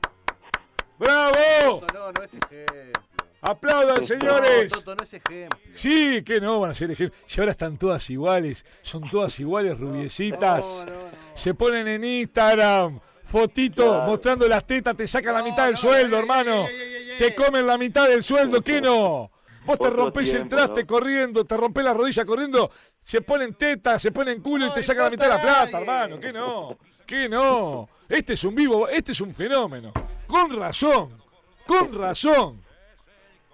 [SPEAKER 1] ¡Bravo!
[SPEAKER 2] Toto, no, no es ejemplo.
[SPEAKER 1] ¡Aplaudan, señores!
[SPEAKER 2] No, Toto, no es ejemplo.
[SPEAKER 1] Sí, que no van a ser ejemplos. Si ahora están todas iguales, son todas iguales, rubiecitas.
[SPEAKER 2] No, no, no.
[SPEAKER 1] Se ponen en Instagram, fotito,
[SPEAKER 3] Claro.
[SPEAKER 1] mostrando las tetas, te sacan la
[SPEAKER 2] No,
[SPEAKER 1] mitad del
[SPEAKER 2] no,
[SPEAKER 1] sueldo,
[SPEAKER 2] ey,
[SPEAKER 1] hermano.
[SPEAKER 2] ey, ey, ey, ey.
[SPEAKER 1] Te comen la mitad del sueldo, ¿qué no? Vos te
[SPEAKER 3] Otro
[SPEAKER 1] rompés el
[SPEAKER 3] tiempo,
[SPEAKER 1] traste
[SPEAKER 3] ¿no?
[SPEAKER 1] corriendo, te rompés la rodilla corriendo, se ponen tetas, se ponen culo y
[SPEAKER 2] No
[SPEAKER 1] te sacan la mitad de la
[SPEAKER 2] importa a
[SPEAKER 1] plata,
[SPEAKER 2] nadie.
[SPEAKER 1] hermano. ¿Qué no? ¿Qué no? Este es un vivo, este es un fenómeno. Con razón, con razón.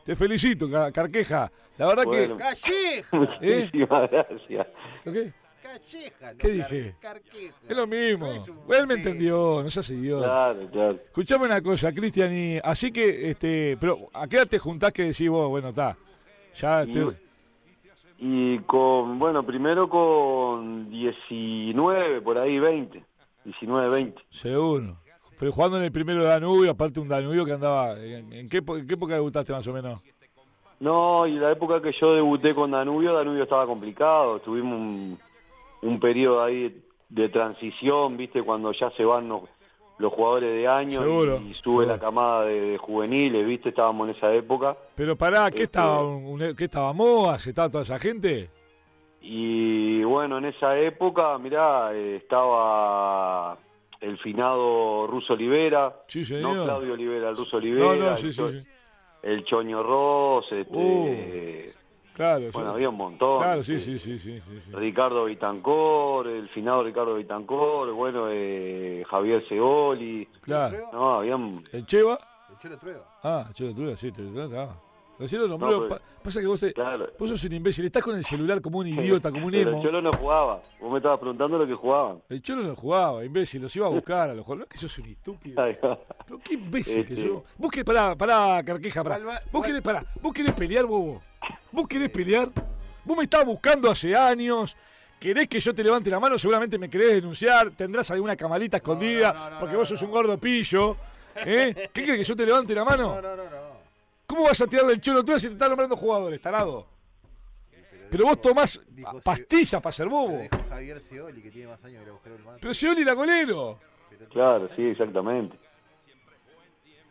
[SPEAKER 1] Te felicito, Ca- Carqueja. La verdad
[SPEAKER 3] Bueno. (laughs)
[SPEAKER 2] Calleja,
[SPEAKER 1] ¿Eh?
[SPEAKER 3] Muchísimas (laughs) gracias.
[SPEAKER 1] que... ¿Qué?
[SPEAKER 2] calleja. no,
[SPEAKER 1] ¿Qué dije?
[SPEAKER 2] car- carqueja.
[SPEAKER 1] Es lo mismo.
[SPEAKER 2] No es un
[SPEAKER 1] Él me
[SPEAKER 2] tema.
[SPEAKER 1] entendió, no seas idiota.
[SPEAKER 3] Claro, claro.
[SPEAKER 1] Escuchame una cosa, Cristian, y así que, este, pero ¿a qué edad te juntás que decís vos, bueno, está, ya
[SPEAKER 3] Y-
[SPEAKER 1] estoy-
[SPEAKER 3] Y con, bueno, primero con 19, por ahí 20. 19, 20.
[SPEAKER 1] seguro. Pero jugando en el primero Danubio, aparte un Danubio que andaba, ¿en, en qué, po- en qué época debutaste más o menos?
[SPEAKER 3] No, y la época que yo debuté con Danubio, Danubio estaba complicado. Tuvimos un, un periodo ahí de transición, ¿viste? Cuando ya se van los, los jugadores de año
[SPEAKER 1] Seguro,
[SPEAKER 3] y, y sube
[SPEAKER 1] seguro.
[SPEAKER 3] la camada de, de juveniles, ¿viste? Estábamos en esa época.
[SPEAKER 1] Pero pará, ¿qué
[SPEAKER 3] Este-
[SPEAKER 1] estaba, un- un- qué estaba Moas, estaba toda esa gente?
[SPEAKER 3] Y bueno, en esa época, mirá, eh, estaba el finado Ruso Olivera.
[SPEAKER 1] Sí,
[SPEAKER 3] No
[SPEAKER 1] señor.
[SPEAKER 3] Claudio Olivera, el Ruso Olivera.
[SPEAKER 1] no, no, sí,
[SPEAKER 3] el,
[SPEAKER 1] sí,
[SPEAKER 3] Cho-
[SPEAKER 1] sí.
[SPEAKER 3] el Choño Ross, este,
[SPEAKER 1] Uh. Claro,
[SPEAKER 3] bueno,
[SPEAKER 1] sí.
[SPEAKER 3] había un montón.
[SPEAKER 1] claro, sí, sí,
[SPEAKER 3] este,
[SPEAKER 1] sí, sí, sí, sí.
[SPEAKER 3] Ricardo Vitancor, el finado Ricardo Vitancor, bueno, eh, Javier Segoli,
[SPEAKER 1] Claro.
[SPEAKER 3] no, habían...
[SPEAKER 1] ¿El Cheva?
[SPEAKER 2] El Cholo Trueba.
[SPEAKER 1] Ah, yo lo tuve, sí, te te- ah. Recién lo nombró,
[SPEAKER 3] No, pero-
[SPEAKER 1] pa- pasa que vos, te-
[SPEAKER 3] Claro.
[SPEAKER 1] vos sos un imbécil, estás con el celular como un idiota, como un
[SPEAKER 3] Pero
[SPEAKER 1] emo.
[SPEAKER 3] el Cholo no jugaba, vos me estabas preguntando lo que jugaban.
[SPEAKER 1] El Cholo no jugaba, imbécil, los iba a buscar a los jugadores. No es que sos un estúpido.
[SPEAKER 3] Ahí va.
[SPEAKER 1] Pero qué imbécil que
[SPEAKER 3] Este.
[SPEAKER 1] sos. Vos querés, pará, pará, carqueja, pará.
[SPEAKER 2] Igual va-
[SPEAKER 1] Vos
[SPEAKER 2] igual-
[SPEAKER 1] querés, pará, vos querés pelear, bobo. Vos querés pelear. Vos me estás buscando hace años. Querés que yo te levante la mano, seguramente me querés denunciar. Tendrás alguna camarita escondida,
[SPEAKER 2] no, no,
[SPEAKER 1] porque
[SPEAKER 2] no,
[SPEAKER 1] vos
[SPEAKER 2] no,
[SPEAKER 1] sos un gordo pillo. ¿Eh? ¿Qué querés que yo te levante la mano?
[SPEAKER 2] No, no, no, no.
[SPEAKER 1] ¿Cómo vas a tirarle el cholo tú si te están nombrando jugadores, tarado? Pero vos tomás
[SPEAKER 2] dijo si-
[SPEAKER 1] pastillas para ser
[SPEAKER 2] Lo
[SPEAKER 1] bobo.
[SPEAKER 2] dijo Javier Scioli, que tiene más años que el agujero del mar.
[SPEAKER 1] Pero si Oli era golero.
[SPEAKER 2] Pero
[SPEAKER 3] (laughs) Claro, sí, exactamente.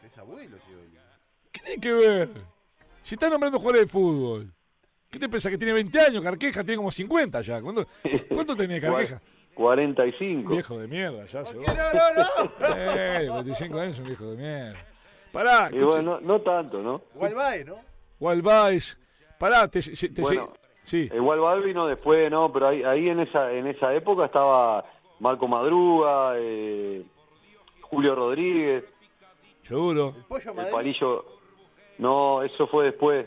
[SPEAKER 2] Es abuelo Scioli.
[SPEAKER 1] ¿Qué tiene que ver? Si estás nombrando jugadores de fútbol. ¿Qué te pensás? Que tiene 20 años, Carqueja tiene como 50 ya. ¿Cuánto, cuánto tenés, Carqueja?
[SPEAKER 3] Cua- 45.
[SPEAKER 1] Viejo de mierda, ya se
[SPEAKER 2] ¿Por
[SPEAKER 1] va.
[SPEAKER 2] qué no, no, no?
[SPEAKER 1] Eh, 25 años es un viejo de mierda. Pará,
[SPEAKER 3] Y bueno, no, no tanto, ¿no?
[SPEAKER 2] Gualbae, ¿no?
[SPEAKER 1] Walbaes. Pará, te, se- te-
[SPEAKER 3] Bueno. Eh.
[SPEAKER 1] sí.
[SPEAKER 3] Igual Balvino después, no, pero ahí, ahí en esa en esa época estaba Marco Madruga, eh, Julio Rodríguez,
[SPEAKER 1] seguro.
[SPEAKER 2] El pollo
[SPEAKER 3] el
[SPEAKER 2] Madrid.
[SPEAKER 3] palillo. No, eso fue después.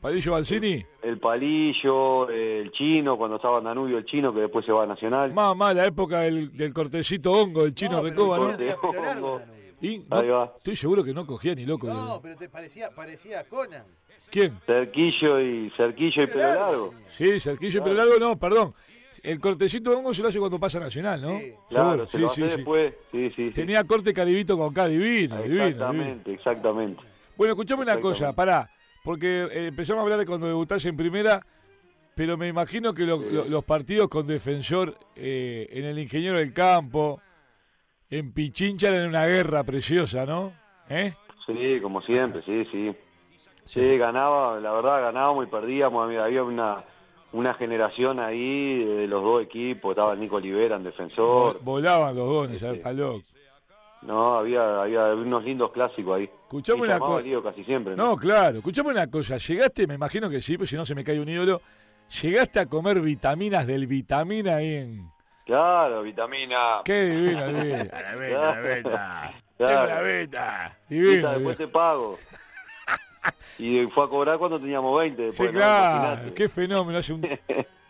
[SPEAKER 1] Palillo Balsini.
[SPEAKER 3] El palillo, eh, el chino, cuando estaba en Danubio, el chino que después se va a Nacional.
[SPEAKER 1] Más, más, la época del, del cortecito hongo, el chino
[SPEAKER 2] No, pero
[SPEAKER 1] Recoba,
[SPEAKER 2] el
[SPEAKER 1] ¿no?
[SPEAKER 2] chino tenía pelo largo,
[SPEAKER 3] Ojo.
[SPEAKER 2] Danubio.
[SPEAKER 1] Y no-
[SPEAKER 3] Ahí va.
[SPEAKER 1] Estoy seguro que no cogía ni loco.
[SPEAKER 2] No, pero te parecía, parecía Conan.
[SPEAKER 1] ¿Quién?
[SPEAKER 3] Cerquillo y cerquillo y
[SPEAKER 2] Pelo
[SPEAKER 3] pelo
[SPEAKER 2] largo
[SPEAKER 3] largo.
[SPEAKER 2] tenía.
[SPEAKER 1] Sí, Cerquillo, pero largo no, perdón. El cortecito de hongo se lo hace cuando pasa Nacional, ¿no?
[SPEAKER 2] Sí.
[SPEAKER 3] Claro,
[SPEAKER 1] Seguro,
[SPEAKER 3] se lo hace
[SPEAKER 1] sí.
[SPEAKER 3] después. Sí, sí, sí.
[SPEAKER 1] Tenía corte caribito con K, divino, divino, divino.
[SPEAKER 3] Exactamente, exactamente.
[SPEAKER 1] Bueno, escuchame una cosa,
[SPEAKER 3] Exactamente.
[SPEAKER 1] pará. Porque eh, empezamos a hablar de cuando debutaste en primera, pero me imagino que lo-
[SPEAKER 3] Sí.
[SPEAKER 1] lo- los partidos con defensor eh, en el ingeniero del campo, en Pichincha, eran una guerra preciosa, ¿no? ¿Eh?
[SPEAKER 3] Sí, como siempre, sí, sí. Sí, ganaba, la verdad ganábamos y perdíamos. Había- Había una, una generación ahí de los dos equipos. Estaba Nico Olivera en defensor.
[SPEAKER 1] Vol- Volaban los dones,
[SPEAKER 3] Sí, sí.
[SPEAKER 1] está loco.
[SPEAKER 3] No, había, había unos lindos clásicos ahí.
[SPEAKER 1] Escuchame
[SPEAKER 3] Y
[SPEAKER 1] una
[SPEAKER 3] formaba
[SPEAKER 1] cosa.
[SPEAKER 3] lío casi siempre. ¿no?
[SPEAKER 1] No, claro. Escuchame una cosa. Llegaste, me imagino que sí, pues si no se me cae un ídolo. Llegaste a comer vitaminas del vitamina en.
[SPEAKER 3] Claro, vitamina.
[SPEAKER 1] Qué
[SPEAKER 3] (laughs)
[SPEAKER 1] divina, divina. La
[SPEAKER 3] beta, la beta. Tengo la
[SPEAKER 1] beta.
[SPEAKER 3] Pita,
[SPEAKER 1] Divina. divina.
[SPEAKER 3] después
[SPEAKER 1] (laughs)
[SPEAKER 3] te pago. y fue a cobrar cuando teníamos 20.
[SPEAKER 1] Sí,
[SPEAKER 3] Después, ¿no?
[SPEAKER 1] claro.
[SPEAKER 3] Imaginate. (laughs)
[SPEAKER 1] Qué fenómeno. Hace un,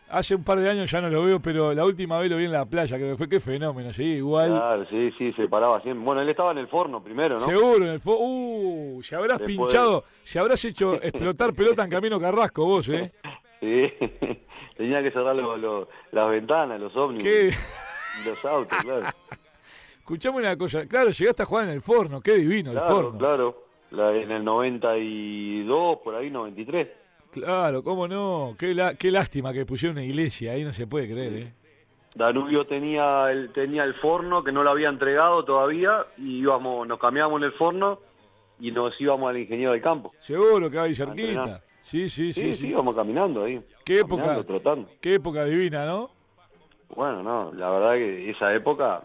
[SPEAKER 1] Hace un par de años ya no lo veo, pero la última vez lo vi en la playa, creo que fue qué fenómeno, sí, igual.
[SPEAKER 3] Claro, sí, sí, se paraba siempre. Bueno, él estaba en el forno primero, ¿no?
[SPEAKER 1] Seguro, en el fo- Uh, se habrás
[SPEAKER 3] Después- (laughs)
[SPEAKER 1] pinchado, se habrás hecho explotar pelota en Camino Carrasco vos, ¿eh?
[SPEAKER 3] Sí. (laughs) Tenía que cerrar lo- lo- las ventanas, los ómnibus, (laughs)
[SPEAKER 1] Qué...
[SPEAKER 3] y
[SPEAKER 1] (laughs)
[SPEAKER 3] los autos, claro.
[SPEAKER 1] Escuchame una cosa. Claro, llegaste a jugar en el forno. Qué divino el
[SPEAKER 3] Claro,
[SPEAKER 1] forno.
[SPEAKER 3] claro. La- en el 92, por ahí, 93.
[SPEAKER 1] Claro, cómo no. Qué, la- qué lástima que pusieron una iglesia. Ahí no se puede creer, ¿eh?
[SPEAKER 3] Danubio tenía el, tenía el forno que no lo había entregado todavía y íbamos, nos cambiamos en el forno y nos íbamos al ingeniero del campo.
[SPEAKER 1] Seguro que ahí
[SPEAKER 3] Entrenado.
[SPEAKER 1] cerquita. Sí, sí,
[SPEAKER 3] Sí,
[SPEAKER 1] sí.
[SPEAKER 3] sí,
[SPEAKER 1] sí.
[SPEAKER 3] íbamos caminando ahí.
[SPEAKER 1] Qué
[SPEAKER 3] caminando,
[SPEAKER 1] época.
[SPEAKER 3] trotando.
[SPEAKER 1] Qué época divina, ¿no?
[SPEAKER 3] Bueno, no, la verdad que esa época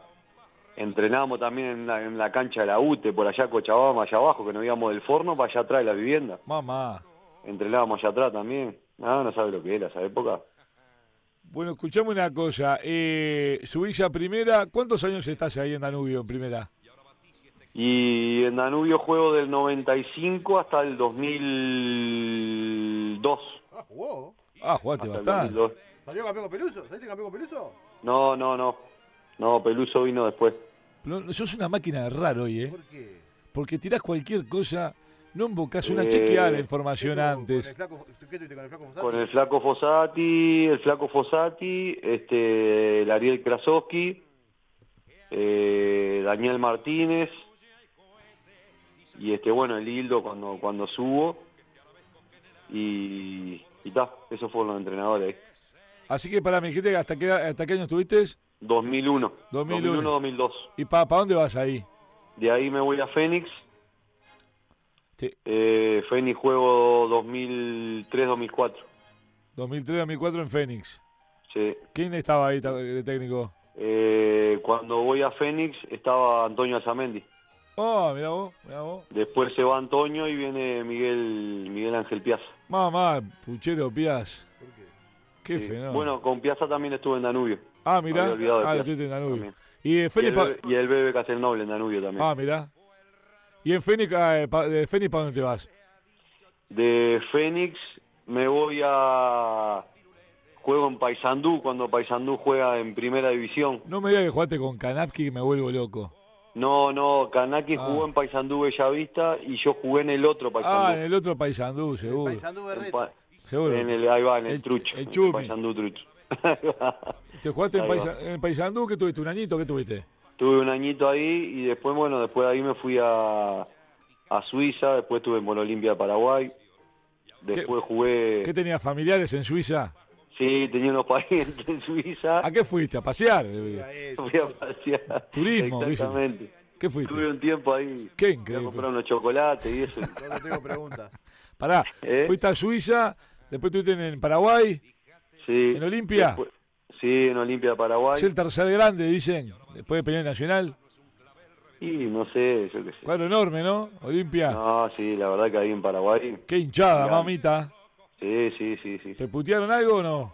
[SPEAKER 3] entrenábamos también en la, en la cancha de la UTE, por allá Cochabamba, allá abajo, que nos íbamos del forno para allá atrás de la vivienda.
[SPEAKER 1] Mamá.
[SPEAKER 3] Entrenábamos allá atrás también. Ah, No, no sabe lo que era esa época.
[SPEAKER 1] Bueno, escuchame una cosa. Eh, subís a primera. ¿Cuántos años estás ahí en Danubio en primera?
[SPEAKER 3] Y en Danubio juego del 95 hasta el 2002.
[SPEAKER 2] Ah, jugó.
[SPEAKER 1] Ah, jugaste
[SPEAKER 3] Hasta el
[SPEAKER 1] bastante.
[SPEAKER 3] 2002.
[SPEAKER 2] ¿Salió campeón con Peluso? ¿Saliste campeón con Peluso?
[SPEAKER 3] No, no, no. No, Peluso vino después.
[SPEAKER 1] Pero sos una máquina de raro hoy, ¿eh?
[SPEAKER 2] ¿Por qué?
[SPEAKER 1] Porque tirás cualquier cosa. No embocás una
[SPEAKER 3] Eh,
[SPEAKER 1] chequeada la
[SPEAKER 2] ¿Qué
[SPEAKER 1] información
[SPEAKER 2] tuvo
[SPEAKER 1] antes.
[SPEAKER 2] con el flaco- ¿Qué tuviste con el flaco Fossati?
[SPEAKER 3] Con el flaco Fossati, el flaco Fossati, este, el Ariel Krasowski, eh, Daniel Martínez y este bueno el Hildo cuando cuando subo y y ta, esos fueron los entrenadores.
[SPEAKER 1] Así que para mi gente, ¿hasta qué, hasta qué año estuviste?
[SPEAKER 3] 2001,
[SPEAKER 1] 2001.
[SPEAKER 3] 2002.
[SPEAKER 1] ¿Y para dónde vas ahí?
[SPEAKER 3] De ahí me voy a Fénix.
[SPEAKER 1] Sí.
[SPEAKER 3] Eh, Fénix juego 2003-2004.
[SPEAKER 1] 2003-2004 en Fénix.
[SPEAKER 3] Sí.
[SPEAKER 1] ¿Quién estaba ahí ta- de técnico?
[SPEAKER 3] Eh, cuando voy a Fénix estaba Antonio Azamendi.
[SPEAKER 1] Oh, mirá vos, mirá vos.
[SPEAKER 3] Después se va Antonio y viene Miguel Miguel Ángel Piazza.
[SPEAKER 1] Mamá, Puchero, Piaz.
[SPEAKER 2] ¿Por qué?
[SPEAKER 1] Qué
[SPEAKER 3] Sí.
[SPEAKER 1] fenómeno.
[SPEAKER 3] Bueno, con Piazza también estuve en Danubio.
[SPEAKER 1] ah, mirá.
[SPEAKER 3] había olvidado de
[SPEAKER 1] Ah, lo
[SPEAKER 3] Piaz.
[SPEAKER 1] tuviste en Danubio.
[SPEAKER 3] también.
[SPEAKER 1] Y de
[SPEAKER 3] Y el,
[SPEAKER 1] Fénix pa-
[SPEAKER 3] bebé, y el Bebe Castelnoble en Danubio también.
[SPEAKER 1] Ah, mirá. ¿Y en Fénix, ah, eh, pa- de Fénix para dónde te vas?
[SPEAKER 3] De Fénix me voy a... Juego en Paysandú, cuando Paysandú juega en Primera División.
[SPEAKER 1] No me digas que jugaste con Kanapki que me vuelvo loco.
[SPEAKER 3] No, no, Kanaki
[SPEAKER 1] Ah.
[SPEAKER 3] jugó en Paysandú Bellavista y yo jugué en el otro
[SPEAKER 1] Ah,
[SPEAKER 3] Paysandú.
[SPEAKER 1] en el otro Paisandú, seguro.
[SPEAKER 2] Paisandú
[SPEAKER 3] en,
[SPEAKER 2] Berreta.
[SPEAKER 3] pa-
[SPEAKER 1] Seguro.
[SPEAKER 3] en el, ahí va, en el,
[SPEAKER 1] El-
[SPEAKER 3] trucho.
[SPEAKER 1] el
[SPEAKER 3] en
[SPEAKER 1] Chumi.
[SPEAKER 3] Paysandú trucho. (laughs)
[SPEAKER 1] ¿Te jugaste en,
[SPEAKER 3] Ahí va.
[SPEAKER 1] Paisa- en Paisandú? ¿Qué tuviste? ¿Un añito? ¿Qué tuviste?
[SPEAKER 3] Tuve un añito ahí y después, bueno, después de ahí me fui a, a Suiza, después estuve en Bololimpia de Paraguay, después jugué...
[SPEAKER 1] ¿Qué tenías? ¿Familiares en Suiza?
[SPEAKER 3] Sí, tenía unos (laughs) parientes en Suiza,
[SPEAKER 1] ¿A qué fuiste? ¿A pasear?
[SPEAKER 2] Mira eso.
[SPEAKER 3] fui a pasear.
[SPEAKER 1] Turismo, dice.
[SPEAKER 3] Exactamente.
[SPEAKER 1] ¿Qué fuiste?
[SPEAKER 3] Estuve un tiempo ahí,
[SPEAKER 1] Qué
[SPEAKER 3] fui a comprar
[SPEAKER 1] increíble.
[SPEAKER 3] unos chocolates y eso.
[SPEAKER 2] Yo no tengo preguntas.
[SPEAKER 1] Pará,
[SPEAKER 3] ¿Eh?
[SPEAKER 1] fuiste a Suiza, después estuviste en Paraguay,
[SPEAKER 3] Sí.
[SPEAKER 1] ¿En Olimpia?
[SPEAKER 3] Después- sí, en Olimpia de Paraguay.
[SPEAKER 1] es el tercer grande, dicen, después de Peñón Nacional.
[SPEAKER 3] Y no sé, yo qué sé.
[SPEAKER 1] Cuadro enorme, ¿no? Olimpia.
[SPEAKER 3] No, sí, la verdad que ahí en Paraguay.
[SPEAKER 1] Qué hinchada,
[SPEAKER 3] Grande.
[SPEAKER 1] mamita.
[SPEAKER 3] Sí, sí, sí, sí.
[SPEAKER 1] ¿Te putearon algo o no?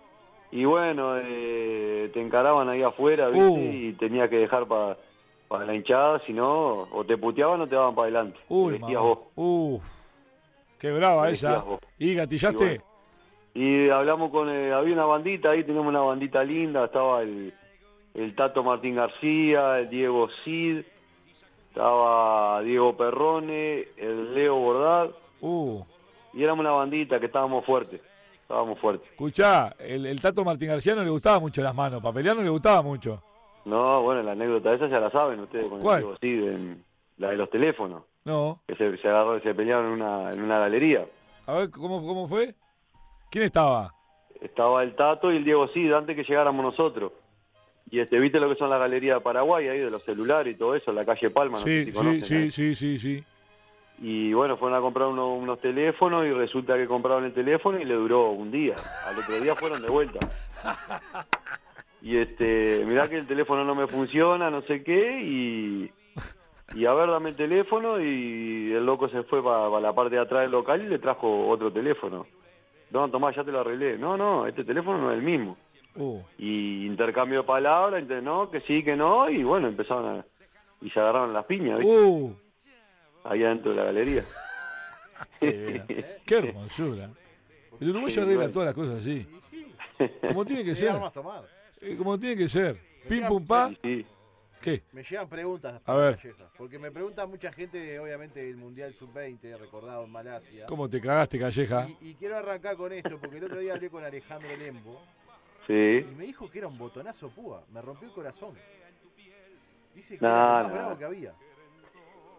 [SPEAKER 3] Y bueno, eh, te encaraban ahí afuera, ¿viste?
[SPEAKER 1] Uh.
[SPEAKER 3] Y tenías que dejar para la hinchada, si no, o te puteaban o te daban para adelante. Te
[SPEAKER 1] Uy,
[SPEAKER 3] vestías
[SPEAKER 1] mamá.
[SPEAKER 3] vos.
[SPEAKER 1] Uf. Qué brava
[SPEAKER 3] Te
[SPEAKER 1] esa.
[SPEAKER 3] vestías vos.
[SPEAKER 1] ¿Y
[SPEAKER 3] Y
[SPEAKER 1] gatillaste?
[SPEAKER 3] bueno. Y hablamos con, eh, había una bandita ahí, teníamos una bandita linda, estaba el, el Tato Martín García, el Diego Cid, estaba Diego Perrone, el Leo Bordad,
[SPEAKER 1] Uh.
[SPEAKER 3] y éramos una bandita que estábamos fuertes, estábamos fuertes.
[SPEAKER 1] Escuchá, el, el Tato Martín García no le gustaba mucho las manos, para pelear no le gustaba mucho.
[SPEAKER 3] No, bueno, la anécdota esa ya la saben ustedes con
[SPEAKER 1] ¿Cuál?
[SPEAKER 3] el Diego Cid, en- la de los teléfonos.
[SPEAKER 1] No.
[SPEAKER 3] que se, se agarró- se pelearon en una, en una galería.
[SPEAKER 1] A ver, ¿cómo, cómo fue? ¿Quién estaba?
[SPEAKER 3] Estaba el Tato y el Diego Cid antes que llegáramos nosotros. Y este, viste lo que son las galerías de Paraguay, ahí de los celulares y todo eso, en la calle Palma, no sé
[SPEAKER 1] sí,
[SPEAKER 3] si
[SPEAKER 1] sí,
[SPEAKER 3] conocen, eh.
[SPEAKER 1] sí,
[SPEAKER 3] ahí.
[SPEAKER 1] sí, sí, sí.
[SPEAKER 3] Y bueno, fueron a comprar uno- unos teléfonos y resulta que compraron el teléfono y le duró un día. Al otro día fueron de vuelta. Y este, mirá que el teléfono no me funciona, no sé qué, y, y a ver, dame el teléfono y el loco se fue para la parte de atrás del local y le trajo otro teléfono. No, Tomás, ya te lo arreglé. No, no, este teléfono no es el mismo.
[SPEAKER 1] Uh.
[SPEAKER 3] Y intercambio de palabras, entre no, que sí, que no, y bueno, empezaron a... Y se agarraron las piñas, ¿viste?
[SPEAKER 1] Uh.
[SPEAKER 3] Ahí adentro de la galería.
[SPEAKER 1] Qué hermosura. El uruguayo
[SPEAKER 3] Sí,
[SPEAKER 1] arregla
[SPEAKER 3] bueno.
[SPEAKER 1] todas las cosas así. Como tiene que
[SPEAKER 2] ¿Qué
[SPEAKER 1] ser.
[SPEAKER 2] armas tomar?
[SPEAKER 1] Eh, Como tiene que ser. Pim pum pa.
[SPEAKER 3] Sí.
[SPEAKER 1] ¿Qué?
[SPEAKER 2] Me llegan preguntas.
[SPEAKER 1] A ver.
[SPEAKER 2] Calleja, Porque me pregunta mucha gente, obviamente, del Mundial Sub-20, recordado en Malasia.
[SPEAKER 1] ¿Cómo te cagaste, Calleja?
[SPEAKER 2] Y, y quiero arrancar con esto, porque el otro día hablé con Alejandro Lembo y
[SPEAKER 3] Sí.
[SPEAKER 2] me dijo que era un botonazo púa. Me rompió el corazón. Dice que
[SPEAKER 3] No,
[SPEAKER 2] era el más
[SPEAKER 3] no.
[SPEAKER 2] bravo que había.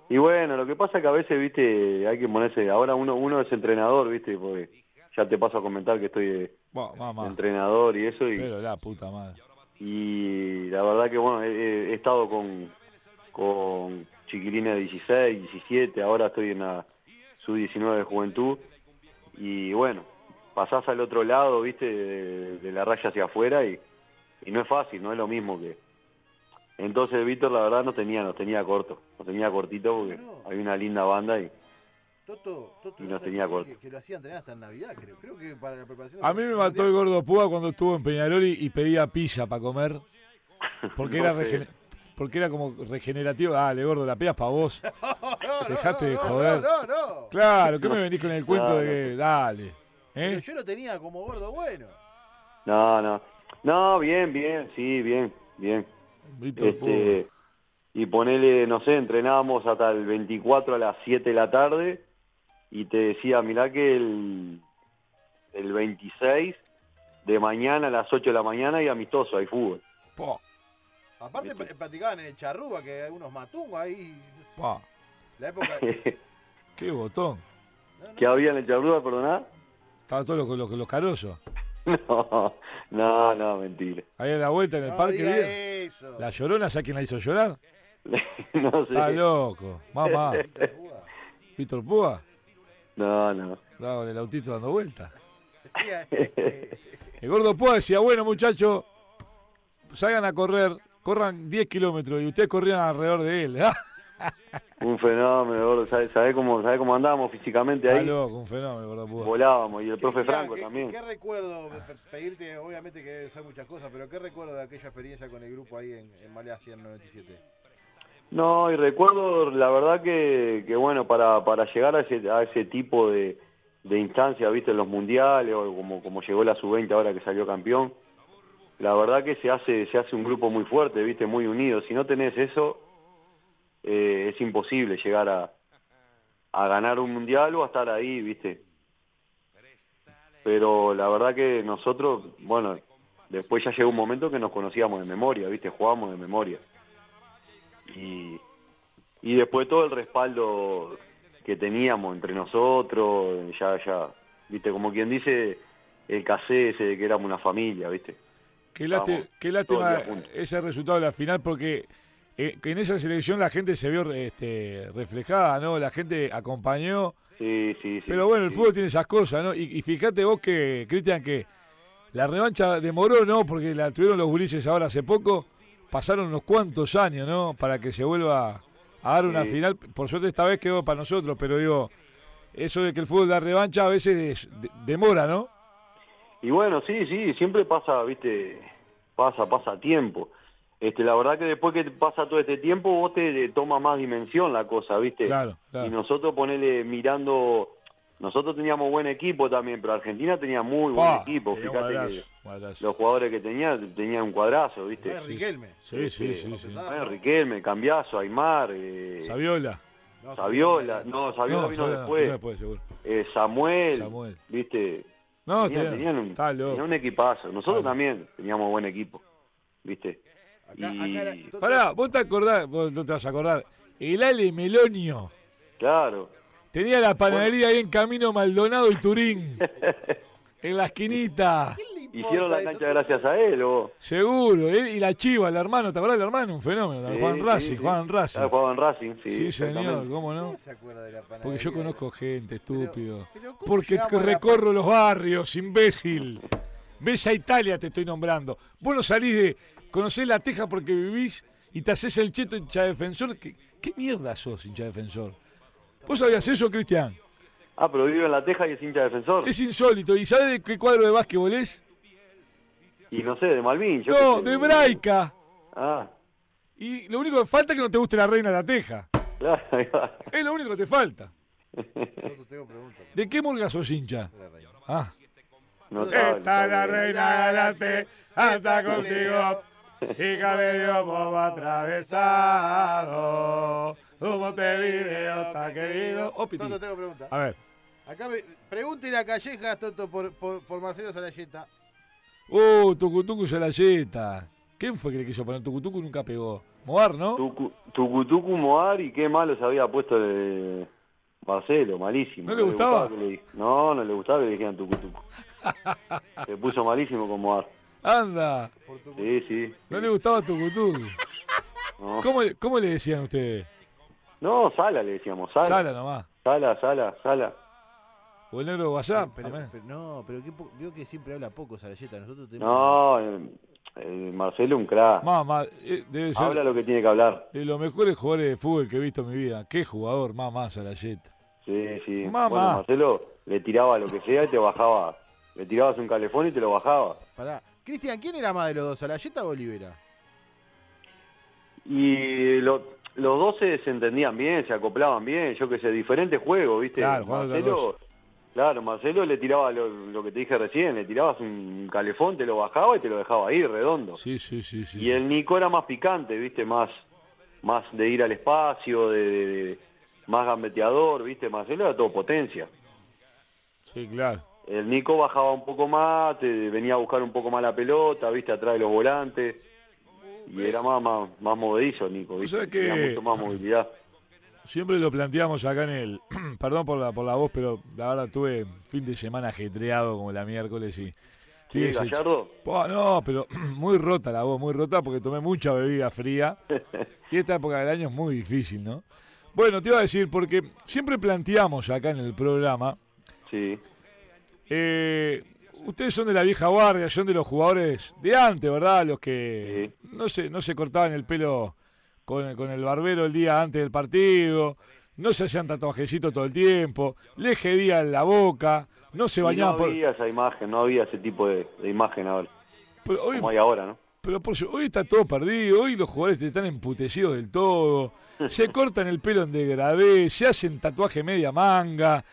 [SPEAKER 3] Y bueno, lo que pasa es que a veces, viste, hay que ponerse. Ahora uno, uno es entrenador, viste, porque ya te paso a comentar que estoy de,
[SPEAKER 1] Buah,
[SPEAKER 3] de
[SPEAKER 1] mamá.
[SPEAKER 3] entrenador y eso. Y,
[SPEAKER 1] Pero la puta madre.
[SPEAKER 3] y la verdad que bueno, he, he- he estado con, con chiquilines de 16, 17, ahora estoy en la sub-19 de juventud. Y bueno, pasás al otro lado, viste, de, de la raya hacia afuera y, y no es fácil, no es lo mismo que... Entonces Víctor la verdad no tenía, nos tenía corto, nos tenía cortito porque
[SPEAKER 2] No.
[SPEAKER 3] hay una linda banda y...
[SPEAKER 2] Toto, Toto
[SPEAKER 3] Y
[SPEAKER 2] vos
[SPEAKER 3] no
[SPEAKER 2] sabés
[SPEAKER 3] tenía
[SPEAKER 2] que sí,
[SPEAKER 3] gol.
[SPEAKER 2] que, que lo hacían entrenar hasta en Navidad, creo. Creo que para la preparación.
[SPEAKER 1] A mí me mató
[SPEAKER 2] (laughs)
[SPEAKER 1] el gordo Púa cuando estuvo en Peñarol y, y pedía pilla para comer. Porque,
[SPEAKER 3] No
[SPEAKER 1] era
[SPEAKER 3] sé.
[SPEAKER 1] regen- porque era como regenerativo. Dale, gordo, la pegas para vos. Dejate de
[SPEAKER 2] no,
[SPEAKER 1] joder. ¿Eh?
[SPEAKER 2] No, no, no.
[SPEAKER 1] Claro, ¿qué me venís con el cuento
[SPEAKER 3] No,
[SPEAKER 1] de que.? Dale.
[SPEAKER 2] Pero
[SPEAKER 1] ¿Eh?
[SPEAKER 2] yo lo tenía como gordo bueno.
[SPEAKER 3] No, no. No, bien, bien, sí, bien, bien.
[SPEAKER 1] Víctor Púa.
[SPEAKER 3] Este, y ponele, no sé, entrenábamos hasta el 24 a las 7 de la tarde y te decía, mirá que el, el 26 de mañana a las 8 de la mañana hay amistoso, hay fútbol. (laughs)
[SPEAKER 1] Po,
[SPEAKER 2] Aparte
[SPEAKER 3] Este.
[SPEAKER 2] pa- practicaban en el charrúa, que hay unos matungos ahí.
[SPEAKER 1] po.
[SPEAKER 2] La
[SPEAKER 3] (laughs)
[SPEAKER 2] época.
[SPEAKER 3] que
[SPEAKER 1] Qué botón.
[SPEAKER 2] No, no.
[SPEAKER 3] había en el charrúa, perdoná?
[SPEAKER 1] Estaba todo los, los, los carozos.
[SPEAKER 3] (laughs) No, no, no, mentira. (laughs)
[SPEAKER 1] Ahí a la vuelta en el
[SPEAKER 2] No
[SPEAKER 1] parque,
[SPEAKER 2] diga
[SPEAKER 1] bien.
[SPEAKER 2] eso. (laughs)
[SPEAKER 1] La llorona, ¿sabes quién la hizo llorar?
[SPEAKER 3] No
[SPEAKER 1] Está
[SPEAKER 3] sé.
[SPEAKER 1] loco.
[SPEAKER 3] (laughs)
[SPEAKER 1] Mamá.
[SPEAKER 2] Víctor Púa.
[SPEAKER 1] Víctor Púa.
[SPEAKER 3] No, no.
[SPEAKER 1] Bravo, en el autito dando vueltas.
[SPEAKER 3] (laughs)
[SPEAKER 2] este, Pero
[SPEAKER 1] El gordo Púa decía, bueno muchachos, salgan a correr, corran 10 kilómetros y ustedes corrían alrededor de él. (laughs) Ah,
[SPEAKER 3] Un fenómeno, gordo. ¿Sabés, sabés cómo, ¿Sabés cómo andábamos físicamente
[SPEAKER 1] Está
[SPEAKER 3] ahí?
[SPEAKER 1] loco, un fenómeno, gordo Púa.
[SPEAKER 3] Volábamos. Y el profe
[SPEAKER 2] Cristian,
[SPEAKER 3] Franco
[SPEAKER 2] ¿qué-
[SPEAKER 3] también.
[SPEAKER 2] ¿Qué recuerdo? Pe- pe- Pedirte, obviamente que debe ser muchas cosas, pero ¿qué recuerdo de aquella experiencia con el grupo ahí en, en Malasia en el 97?
[SPEAKER 3] No, y recuerdo, la verdad que, que bueno, para, para llegar a ese, a ese tipo de, de instancias, viste, en los mundiales, o como, como llegó la sub-20 ahora que salió campeón, la verdad que se hace, se hace un grupo muy fuerte, viste, muy unido. Si no tenés eso, eh, es imposible llegar a, a ganar un mundial o a estar ahí, viste. Pero la verdad que nosotros, bueno, después ya llegó un momento que nos conocíamos de memoria, viste, jugábamos de memoria y, y después todo el respaldo que teníamos entre nosotros, ya, ya, viste, como quien dice el casé ese de que éramos una familia, viste.
[SPEAKER 1] Qué, lásti-
[SPEAKER 3] Vamos,
[SPEAKER 1] qué
[SPEAKER 3] todo el
[SPEAKER 1] lástima
[SPEAKER 3] día juntos.
[SPEAKER 1] ese resultado de la final porque eh, que en esa selección la gente se vio este, reflejada, ¿no? La gente acompañó.
[SPEAKER 3] Sí, sí, sí.
[SPEAKER 1] Pero bueno, el
[SPEAKER 3] sí.
[SPEAKER 1] fútbol tiene esas cosas, ¿no? Y, y fíjate vos que, Cristian, que la revancha demoró, ¿no? Porque la tuvieron los gurises ahora hace poco. Pasaron unos cuantos años, ¿no? Para que se vuelva a dar una
[SPEAKER 3] Sí.
[SPEAKER 1] final. Por suerte esta vez quedó para nosotros, pero digo, eso de que el fútbol da revancha a veces es- de- demora, ¿no?
[SPEAKER 3] Y bueno, sí, sí, siempre pasa, viste, pasa, pasa tiempo. Este, la verdad que después que pasa todo este tiempo, vos te toma más dimensión la cosa, viste.
[SPEAKER 1] Claro,
[SPEAKER 3] Y
[SPEAKER 1] claro.
[SPEAKER 3] nosotros ponele mirando, nosotros teníamos buen equipo también, pero Argentina tenía muy
[SPEAKER 1] Pa,
[SPEAKER 3] buen equipo,
[SPEAKER 1] tenía un
[SPEAKER 3] fíjate que-
[SPEAKER 1] abrazo, un abrazo.
[SPEAKER 3] los jugadores que tenía tenían un cuadrazo, ¿viste?
[SPEAKER 2] No es Riquelme.
[SPEAKER 1] Sí, sí,
[SPEAKER 3] Este,
[SPEAKER 1] sí. sí.
[SPEAKER 2] no
[SPEAKER 3] Bueno, Riquelme, Cambiazo, Aymar, eh,
[SPEAKER 1] Saviola.
[SPEAKER 2] No,
[SPEAKER 3] Saviola,
[SPEAKER 2] no.
[SPEAKER 3] no, Saviola
[SPEAKER 1] No,
[SPEAKER 3] vino
[SPEAKER 1] Saviola no,
[SPEAKER 3] después,
[SPEAKER 1] vino después, seguro.
[SPEAKER 3] eh, Samuel,
[SPEAKER 1] Samuel.
[SPEAKER 3] ¿viste?
[SPEAKER 1] No,
[SPEAKER 3] Tenían-
[SPEAKER 1] tenía-
[SPEAKER 3] tenían un,
[SPEAKER 1] está loco.
[SPEAKER 3] tenían un equipazo, nosotros
[SPEAKER 1] Está loco.
[SPEAKER 3] también teníamos buen equipo, ¿viste?
[SPEAKER 2] Acá,
[SPEAKER 3] Y-
[SPEAKER 2] acá la- Toto-
[SPEAKER 1] Pará, vos te acordás, vos no te vas a acordar. El Ale Melonio.
[SPEAKER 3] Claro,
[SPEAKER 1] Tenía la panadería ahí en Camino Maldonado y
[SPEAKER 3] (laughs)
[SPEAKER 1] Turín. en la esquinita.
[SPEAKER 2] ¿Qué le importa
[SPEAKER 3] hicieron la
[SPEAKER 2] eso?
[SPEAKER 3] cancha gracias a él, vos.
[SPEAKER 1] Seguro. Él y la chiva, el hermano. ¿Te acordás del hermano? Un fenómeno.
[SPEAKER 3] Sí,
[SPEAKER 1] también. Juan
[SPEAKER 3] sí,
[SPEAKER 1] Racing,
[SPEAKER 3] sí.
[SPEAKER 1] Juan Racing.
[SPEAKER 3] Claro, jugaba en Racing, sí.
[SPEAKER 1] sí, señor,
[SPEAKER 3] exactamente.
[SPEAKER 1] ¿cómo no?
[SPEAKER 2] ¿Quién se acuerda de la panadería?
[SPEAKER 1] Porque yo conozco gente,
[SPEAKER 2] Pero-
[SPEAKER 1] estúpido.
[SPEAKER 2] pero ¿cómo
[SPEAKER 1] Porque
[SPEAKER 2] llegamos a la
[SPEAKER 1] recorro los barrios, imbécil. Ves a Italia, te estoy nombrando. Vos no salís de. Conocés la Teja porque vivís y te haces el cheto hincha defensor. ¿Qué, qué mierda sos, hincha defensor? ¿Vos sabías eso, Cristian?
[SPEAKER 3] Ah, pero vive en La Teja y es hincha defensor.
[SPEAKER 1] Es insólito. ¿Y sabés de qué cuadro de básquetbol es?
[SPEAKER 3] Y no sé, de Malvin. yo
[SPEAKER 1] No,
[SPEAKER 3] qué sé.
[SPEAKER 1] de Braica.
[SPEAKER 3] Ah, (laughs)
[SPEAKER 1] Y lo único que falta es que no te guste la reina de la teja.
[SPEAKER 3] claro, ahí va.
[SPEAKER 1] Es lo único que te falta.
[SPEAKER 2] Toto, tengo preguntas.
[SPEAKER 1] ¿De qué murga sos hincha?
[SPEAKER 2] de la reina.
[SPEAKER 1] Ah,
[SPEAKER 3] Notable,
[SPEAKER 1] Está la
[SPEAKER 3] notable.
[SPEAKER 1] reina galante, anda contigo. Y cabello boba atravesado. Tu Montevideo está querido. Oh, Piti.
[SPEAKER 2] Toto, tengo pregunta.
[SPEAKER 1] A ver.
[SPEAKER 2] Acá me, pregúntele a Callejas, Toto, por, por, por Marcelo Sarayeta.
[SPEAKER 1] Uh, Tucutucu hizo la yeta. ¿Quién fue que le quiso poner Tucutucu? Nunca pegó. Moar, ¿no?
[SPEAKER 3] Tucu- Tucutucu Moar y qué malo se había puesto el Marcelo, malísimo.
[SPEAKER 1] ¿No le gustaba?
[SPEAKER 3] que le di- no, no le gustaba que le
[SPEAKER 1] (laughs)
[SPEAKER 3] dijeran Tucutucu. se puso malísimo con Moar.
[SPEAKER 1] Anda.
[SPEAKER 2] Por tu
[SPEAKER 3] Sí, sí.
[SPEAKER 1] No le gustaba (laughs) Tucutucu.
[SPEAKER 3] No,
[SPEAKER 1] ¿Cómo, ¿Cómo le decían ustedes?
[SPEAKER 3] No, Sala le decíamos,
[SPEAKER 1] Sala
[SPEAKER 3] Sala.
[SPEAKER 1] nomás.
[SPEAKER 3] Sala, Sala, Sala.
[SPEAKER 1] O el negro WhatsApp.
[SPEAKER 2] Ah, pero,
[SPEAKER 1] también.
[SPEAKER 2] pero no, pero qué po- veo que siempre habla poco Sarayeta. Nosotros tenemos.
[SPEAKER 3] No, eh, eh, Marcelo un crack.
[SPEAKER 1] Mamá, eh, debe ser
[SPEAKER 3] Habla lo que tiene que hablar.
[SPEAKER 1] de los mejores jugadores de fútbol que he visto en mi vida. Qué jugador, mamá Salayeta.
[SPEAKER 3] Sí, sí.
[SPEAKER 1] Mamá.
[SPEAKER 3] Bueno, Marcelo le tiraba lo que sea y te bajaba. Le tirabas un calefón y te lo bajaba.
[SPEAKER 2] Pará. Cristian, ¿quién era más de los dos? ¿Sarayeta o Olivera?
[SPEAKER 3] Y lo- los dos se entendían bien, se acoplaban bien, yo qué sé, diferentes juegos, ¿viste?
[SPEAKER 1] Claro, jugando los dos.
[SPEAKER 3] claro, Marcelo le tiraba lo, lo que te dije recién, le tirabas un calefón, te lo bajaba y te lo dejaba ahí, redondo.
[SPEAKER 1] Sí, sí, sí, sí.
[SPEAKER 3] Y el Nico era más picante, ¿viste? Más, más de ir al espacio, de, de- de- más gambeteador, ¿viste? Marcelo era todo potencia.
[SPEAKER 1] Sí, claro.
[SPEAKER 3] El Nico bajaba un poco más, te- venía a buscar un poco más la pelota, viste, atrás de los volantes. Y era más, más, más movedizo, Nico, viste.
[SPEAKER 1] sabés que-
[SPEAKER 3] Tenía mucho más movilidad.
[SPEAKER 1] Siempre lo planteamos acá en el. (clears throat) Perdón por la, por la voz, pero la verdad tuve fin de semana ajetreado como la miércoles y.
[SPEAKER 3] Sí,
[SPEAKER 1] ese-
[SPEAKER 3] Gallardo.
[SPEAKER 1] Po, no, pero (clears throat) muy rota la voz, muy rota porque tomé mucha bebida
[SPEAKER 3] (laughs)
[SPEAKER 1] fría. Y esta época del año es muy difícil, ¿no? Bueno, te iba a decir, porque siempre planteamos acá en el programa
[SPEAKER 3] Sí,
[SPEAKER 1] Eh, ustedes son de la vieja guardia, son de los jugadores de antes, ¿verdad? Los que no, se, no se cortaban el pelo con, con el barbero el día antes del partido, no se hacían tatuajecitos todo el tiempo, le gedían la boca, no se
[SPEAKER 3] Y no
[SPEAKER 1] bañaban por...
[SPEAKER 3] había esa imagen, no había ese tipo de, de imagen ahora,
[SPEAKER 1] Pero hoy,
[SPEAKER 3] como hay ahora, ¿no?
[SPEAKER 1] pero por su- hoy está todo perdido, hoy los jugadores están emputecidos del todo,
[SPEAKER 3] (laughs)
[SPEAKER 1] se cortan el pelo en degradé, se hacen tatuaje media manga,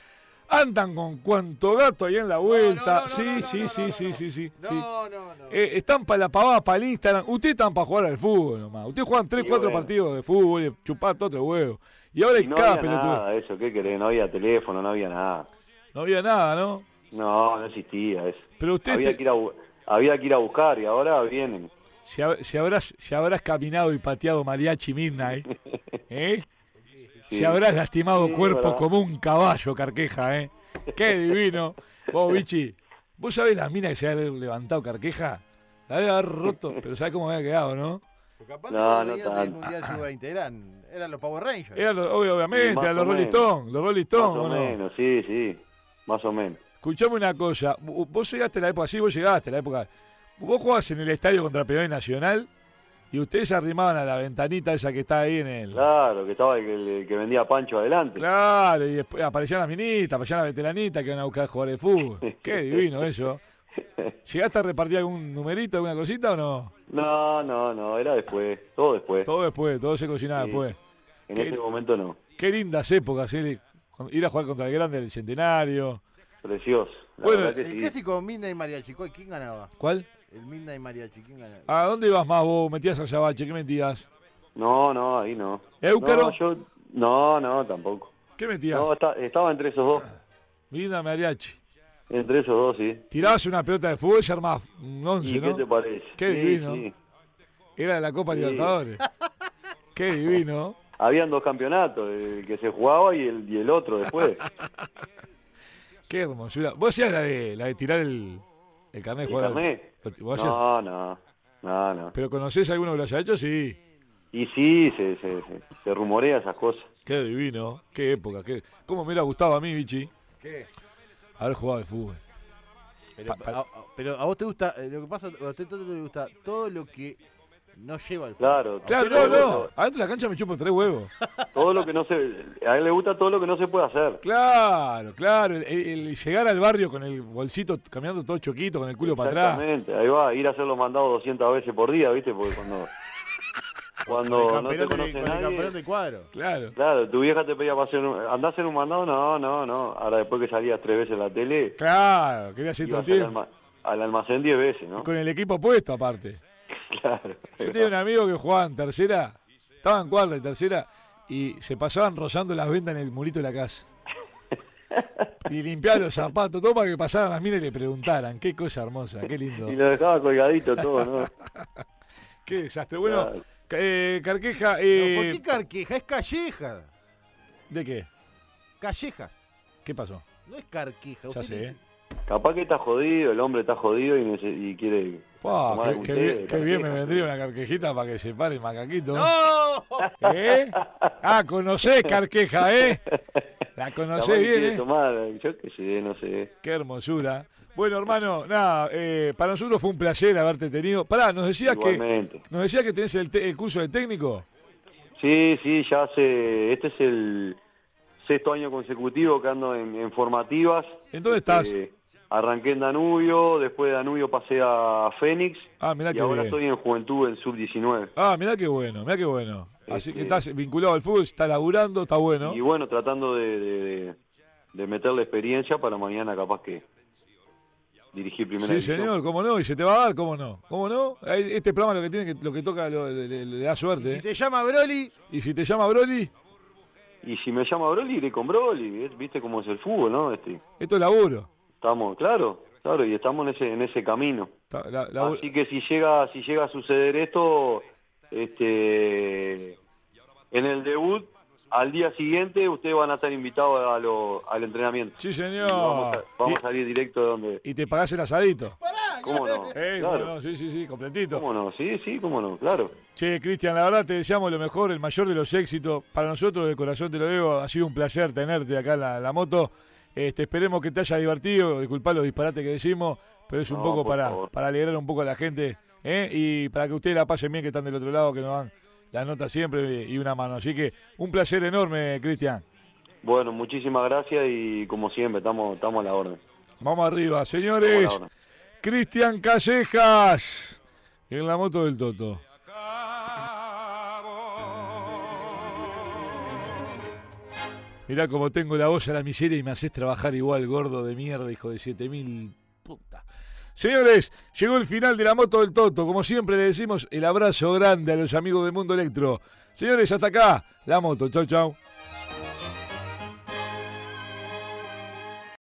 [SPEAKER 1] andan con cuanto gato ahí en la vuelta.
[SPEAKER 2] no, no,
[SPEAKER 1] Sí,
[SPEAKER 2] no, no,
[SPEAKER 1] sí,
[SPEAKER 2] no,
[SPEAKER 1] sí,
[SPEAKER 2] no,
[SPEAKER 1] sí, sí,
[SPEAKER 2] no.
[SPEAKER 1] sí, sí.
[SPEAKER 2] No, no, no.
[SPEAKER 1] Eh, están para la pavada, para el Instagram. Ustedes están para jugar al fútbol nomás. Ustedes juegan 3,
[SPEAKER 3] Y
[SPEAKER 1] 4
[SPEAKER 3] bueno.
[SPEAKER 1] partidos de fútbol, chupar todo otro huevo. Y ahora
[SPEAKER 3] Y
[SPEAKER 1] hay
[SPEAKER 3] no
[SPEAKER 1] cada
[SPEAKER 3] había
[SPEAKER 1] pelotudo.
[SPEAKER 3] nada, eso, ¿qué querés? No había teléfono, no había nada.
[SPEAKER 1] No había nada, ¿no?
[SPEAKER 3] No, no existía eso.
[SPEAKER 1] Pero usted
[SPEAKER 3] Había
[SPEAKER 1] te-
[SPEAKER 3] que ir a, bu- había que ir a buscar y ahora vienen.
[SPEAKER 1] si, hab- si habrás, si habrás caminado y pateado mariachi
[SPEAKER 3] (laughs)
[SPEAKER 1] midnight, ¿eh? Si
[SPEAKER 3] Sí.
[SPEAKER 1] habrás lastimado
[SPEAKER 3] Sí,
[SPEAKER 1] cuerpos
[SPEAKER 3] verdad.
[SPEAKER 1] como un caballo, Carqueja, ¿eh? Qué divino. Vos,
[SPEAKER 3] (laughs)
[SPEAKER 1] bichi, ¿vos sabés las minas que se había levantado Carqueja? La había roto, pero sabés cómo había quedado, ¿no?
[SPEAKER 2] Porque capaz
[SPEAKER 3] No,
[SPEAKER 2] cuando
[SPEAKER 3] no
[SPEAKER 2] venían del
[SPEAKER 3] tanto.
[SPEAKER 2] Mundial Sub-20 eran, eran los Power Rangers.
[SPEAKER 1] Era lo- obvio- obviamente,
[SPEAKER 3] más
[SPEAKER 1] a los
[SPEAKER 3] o
[SPEAKER 1] Rolling
[SPEAKER 3] menos.
[SPEAKER 1] Stones, los Rolling
[SPEAKER 3] Más
[SPEAKER 1] Stones,
[SPEAKER 3] o
[SPEAKER 1] ¿o no?
[SPEAKER 3] menos, sí, sí, más o menos.
[SPEAKER 1] Escuchame una cosa, vo- vos llegaste a la época, sí, vos llegaste a la época. Vos jugabas en el estadio contra Peñarol Nacional y ustedes se arrimaban a la ventanita esa que está ahí en el.
[SPEAKER 3] Claro, que estaba el, que- el que vendía Pancho adelante.
[SPEAKER 1] Claro, y después aparecían las minitas, aparecían las veteranitas que van a buscar jugadores de
[SPEAKER 3] (laughs)
[SPEAKER 1] fútbol. Qué divino eso. ¿Llegaste a repartir algún numerito, alguna cosita o no?
[SPEAKER 3] No, no, no, era después, todo después.
[SPEAKER 1] Todo después, todo se cocinaba
[SPEAKER 3] Sí.
[SPEAKER 1] después.
[SPEAKER 3] en
[SPEAKER 1] qué-
[SPEAKER 3] ese momento no.
[SPEAKER 1] Qué lindas épocas, ¿eh? Con- ir a jugar contra el grande del centenario.
[SPEAKER 3] Precioso. La
[SPEAKER 1] Bueno,
[SPEAKER 3] verdad que
[SPEAKER 2] el
[SPEAKER 3] sí.
[SPEAKER 2] clásico Midnight Mariachi, ¿cuál- ¿quién ganaba?
[SPEAKER 1] ¿Cuál?
[SPEAKER 2] El Midnight Mariachi, ¿quién ganaba?
[SPEAKER 1] ¿A dónde ibas más vos? ¿Metías a Yabache? ¿Qué metías?
[SPEAKER 3] No, no, ahí no.
[SPEAKER 1] ¿Éucaro?
[SPEAKER 3] No, yo- no, no, tampoco.
[SPEAKER 1] ¿Qué metías?
[SPEAKER 3] No, esta- estaba entre esos dos.
[SPEAKER 1] Linda Mariachi.
[SPEAKER 3] Entre esos dos, sí.
[SPEAKER 1] Tirabas una pelota de fútbol y armabas un once,
[SPEAKER 3] ¿Y qué te
[SPEAKER 1] ¿no?
[SPEAKER 3] parece?
[SPEAKER 1] Qué
[SPEAKER 3] Sí,
[SPEAKER 1] divino.
[SPEAKER 3] sí.
[SPEAKER 1] Era de la Copa
[SPEAKER 3] Sí.
[SPEAKER 1] Libertadores. Qué divino.
[SPEAKER 3] Habían dos campeonatos, el que se jugaba y el, y el otro después.
[SPEAKER 1] Qué hermosura. Vos hacías la de, la de tirar el, el carnet de
[SPEAKER 3] ¿El
[SPEAKER 1] jugar. al-
[SPEAKER 3] carnet?
[SPEAKER 1] lo- (laughs) vos hacías-
[SPEAKER 3] No, no, no, no.
[SPEAKER 1] Pero conocés a alguno que lo haya hecho, sí.
[SPEAKER 3] Y sí, se, se, se, se rumorea esas cosas.
[SPEAKER 1] Qué divino. Qué época. Qué... ¿Cómo me hubiera gustado a mí, Vichy,
[SPEAKER 2] ¿Qué?
[SPEAKER 1] haber jugado al fútbol?
[SPEAKER 2] Pero,
[SPEAKER 1] Pa- pa-
[SPEAKER 2] a, a- pero a vos te gusta, eh, lo que pasa, a usted todo le gusta todo lo que no lleva al fútbol.
[SPEAKER 3] Claro,
[SPEAKER 1] Claro, no,
[SPEAKER 3] todo
[SPEAKER 1] no.
[SPEAKER 3] lo-
[SPEAKER 1] Adentro de la cancha me chupo tres huevos.
[SPEAKER 3] Todo lo que no se, a él le gusta todo lo que no se puede hacer.
[SPEAKER 1] Claro, claro. El, el llegar al barrio con el bolsito caminando todo choquito, con el culo para atrás. (laughs)
[SPEAKER 3] Exactamente, ahí va, ir a hacer los mandados 200 veces por día, ¿viste? Porque cuando
[SPEAKER 2] Con el
[SPEAKER 3] Cuando no te
[SPEAKER 2] campeón de-
[SPEAKER 3] conoce
[SPEAKER 2] con el
[SPEAKER 3] nadie.
[SPEAKER 2] campeón de cuadro.
[SPEAKER 1] Claro,
[SPEAKER 3] Claro, tu vieja te pedía para hacer un... ¿Andás en un mandado? No, no, no. Ahora después que salías tres veces en la tele,
[SPEAKER 1] claro, quería hacer todo
[SPEAKER 3] ibas al,
[SPEAKER 1] tiempo.
[SPEAKER 3] alma- al almacén diez veces, ¿no?
[SPEAKER 1] Con el equipo puesto, aparte.
[SPEAKER 3] (laughs) Claro.
[SPEAKER 1] Yo tenía un amigo que jugaba en tercera, estaba en cuarta y tercera, y se pasaban rozando las ventas en el murito de la casa. Y limpiaba los zapatos, todo para que pasaran las minas y le preguntaran. Qué cosa hermosa, qué lindo.
[SPEAKER 3] Y lo dejaba colgadito todo, ¿no?
[SPEAKER 1] Qué desastre. (laughs) Bueno,
[SPEAKER 3] Claro.
[SPEAKER 1] ca- eh, Carqueja,
[SPEAKER 2] No, ¿Por
[SPEAKER 1] eh,
[SPEAKER 2] qué carqueja? Es calleja.
[SPEAKER 1] ¿de qué?
[SPEAKER 2] Callejas.
[SPEAKER 1] ¿Qué pasó?
[SPEAKER 2] No es carqueja.
[SPEAKER 1] Ya
[SPEAKER 2] Usted
[SPEAKER 1] sé,
[SPEAKER 2] dice-
[SPEAKER 1] ¿eh?
[SPEAKER 3] Capaz que está jodido, el hombre está jodido y, nece- y quiere...
[SPEAKER 1] Fua,
[SPEAKER 3] tomar
[SPEAKER 1] qué,
[SPEAKER 3] algún
[SPEAKER 1] qué
[SPEAKER 3] té,
[SPEAKER 1] bien, qué bien me
[SPEAKER 3] carqueja.
[SPEAKER 1] vendría una carquejita para que se pare el macaquito.
[SPEAKER 2] ¡No!
[SPEAKER 1] ¿Eh? Ah, conocés Carqueja, ¿eh? La
[SPEAKER 3] Capaz
[SPEAKER 1] conocés
[SPEAKER 3] que
[SPEAKER 1] bien,
[SPEAKER 3] quiere
[SPEAKER 1] ¿eh?
[SPEAKER 3] tomar, yo qué sé, no sé.
[SPEAKER 1] Qué hermosura. Bueno, hermano, nada, eh, para nosotros fue un placer haberte tenido. Pará, nos decías que
[SPEAKER 3] Igualmente.
[SPEAKER 1] nos decías que tenés el, te- el curso de técnico.
[SPEAKER 3] Sí, sí, ya hace... Este es el sexto año consecutivo que ando en, en formativas.
[SPEAKER 1] ¿En dónde estás?
[SPEAKER 3] Eh, arranqué en Danubio, después de Danubio pasé a Fénix
[SPEAKER 1] Ah, mirá
[SPEAKER 3] y
[SPEAKER 1] qué
[SPEAKER 3] ahora
[SPEAKER 1] bien.
[SPEAKER 3] estoy en Juventud en Sub-19.
[SPEAKER 1] Ah, mirá qué bueno, mirá qué bueno. Así que
[SPEAKER 3] Este-
[SPEAKER 1] estás vinculado al fútbol, estás laburando, está bueno.
[SPEAKER 3] Y bueno, tratando de, de, de- de meterle experiencia para mañana capaz que dirigir primera
[SPEAKER 1] Sí,
[SPEAKER 3] división.
[SPEAKER 1] señor, cómo no, y se te va a dar, cómo no. ¿Cómo no? Eh, Este programa lo que tiene que, lo que toca lo- le, le- le da
[SPEAKER 2] Y
[SPEAKER 1] suerte.
[SPEAKER 2] si
[SPEAKER 1] ¿eh?
[SPEAKER 2] te llama Broly,
[SPEAKER 1] Y si te llama Broly,
[SPEAKER 3] Y si me llama Broly, iré con Broly. ¿eh? Viste cómo es el fútbol, ¿no? Este,
[SPEAKER 1] esto es laburo.
[SPEAKER 3] estamos, claro, claro, y estamos en ese, en ese camino.
[SPEAKER 1] Ta- la- labu-
[SPEAKER 3] Así que si llega, si llega a suceder esto, este, en el debut, al día siguiente, ustedes van a estar invitados a lo- al entrenamiento.
[SPEAKER 1] Sí,
[SPEAKER 3] Y Vamos, a,
[SPEAKER 1] señor.
[SPEAKER 3] vamos a salir directo de donde.
[SPEAKER 1] Y, y te pagás el asadito.
[SPEAKER 2] pará.
[SPEAKER 3] ¿Cómo no?
[SPEAKER 1] Eh,
[SPEAKER 3] Claro.
[SPEAKER 1] bueno, sí, sí, sí, completito.
[SPEAKER 3] ¿Cómo no? Sí, sí, cómo no, claro.
[SPEAKER 1] Che, Cristian, la verdad te deseamos lo mejor, el mayor de los éxitos. Para nosotros, de corazón te lo digo, ha sido un placer tenerte acá en la, la moto. Este, esperemos que te haya divertido, disculpá los disparates que decimos, pero es un
[SPEAKER 3] No,
[SPEAKER 1] poco
[SPEAKER 3] por
[SPEAKER 1] para,
[SPEAKER 3] favor.
[SPEAKER 1] para alegrar un poco a la gente ¿eh? y para que ustedes la pasen bien que están del otro lado, que nos dan la nota siempre y una mano. Así que un placer enorme, Cristian.
[SPEAKER 3] Bueno, muchísimas gracias y como siempre, estamos, estamos a la orden.
[SPEAKER 1] Vamos arriba,
[SPEAKER 3] Estamos a
[SPEAKER 1] señores.
[SPEAKER 3] la orden.
[SPEAKER 1] Cristian Callejas en la moto del Toto. Mirá como tengo la voz a la miseria y me haces trabajar igual, gordo de mierda, hijo de 7000 puta. Señores, llegó el final de la moto del Toto. Como siempre le decimos, el abrazo grande a los amigos de Mundo Electro. Señores, hasta acá, la moto. Chau, chau.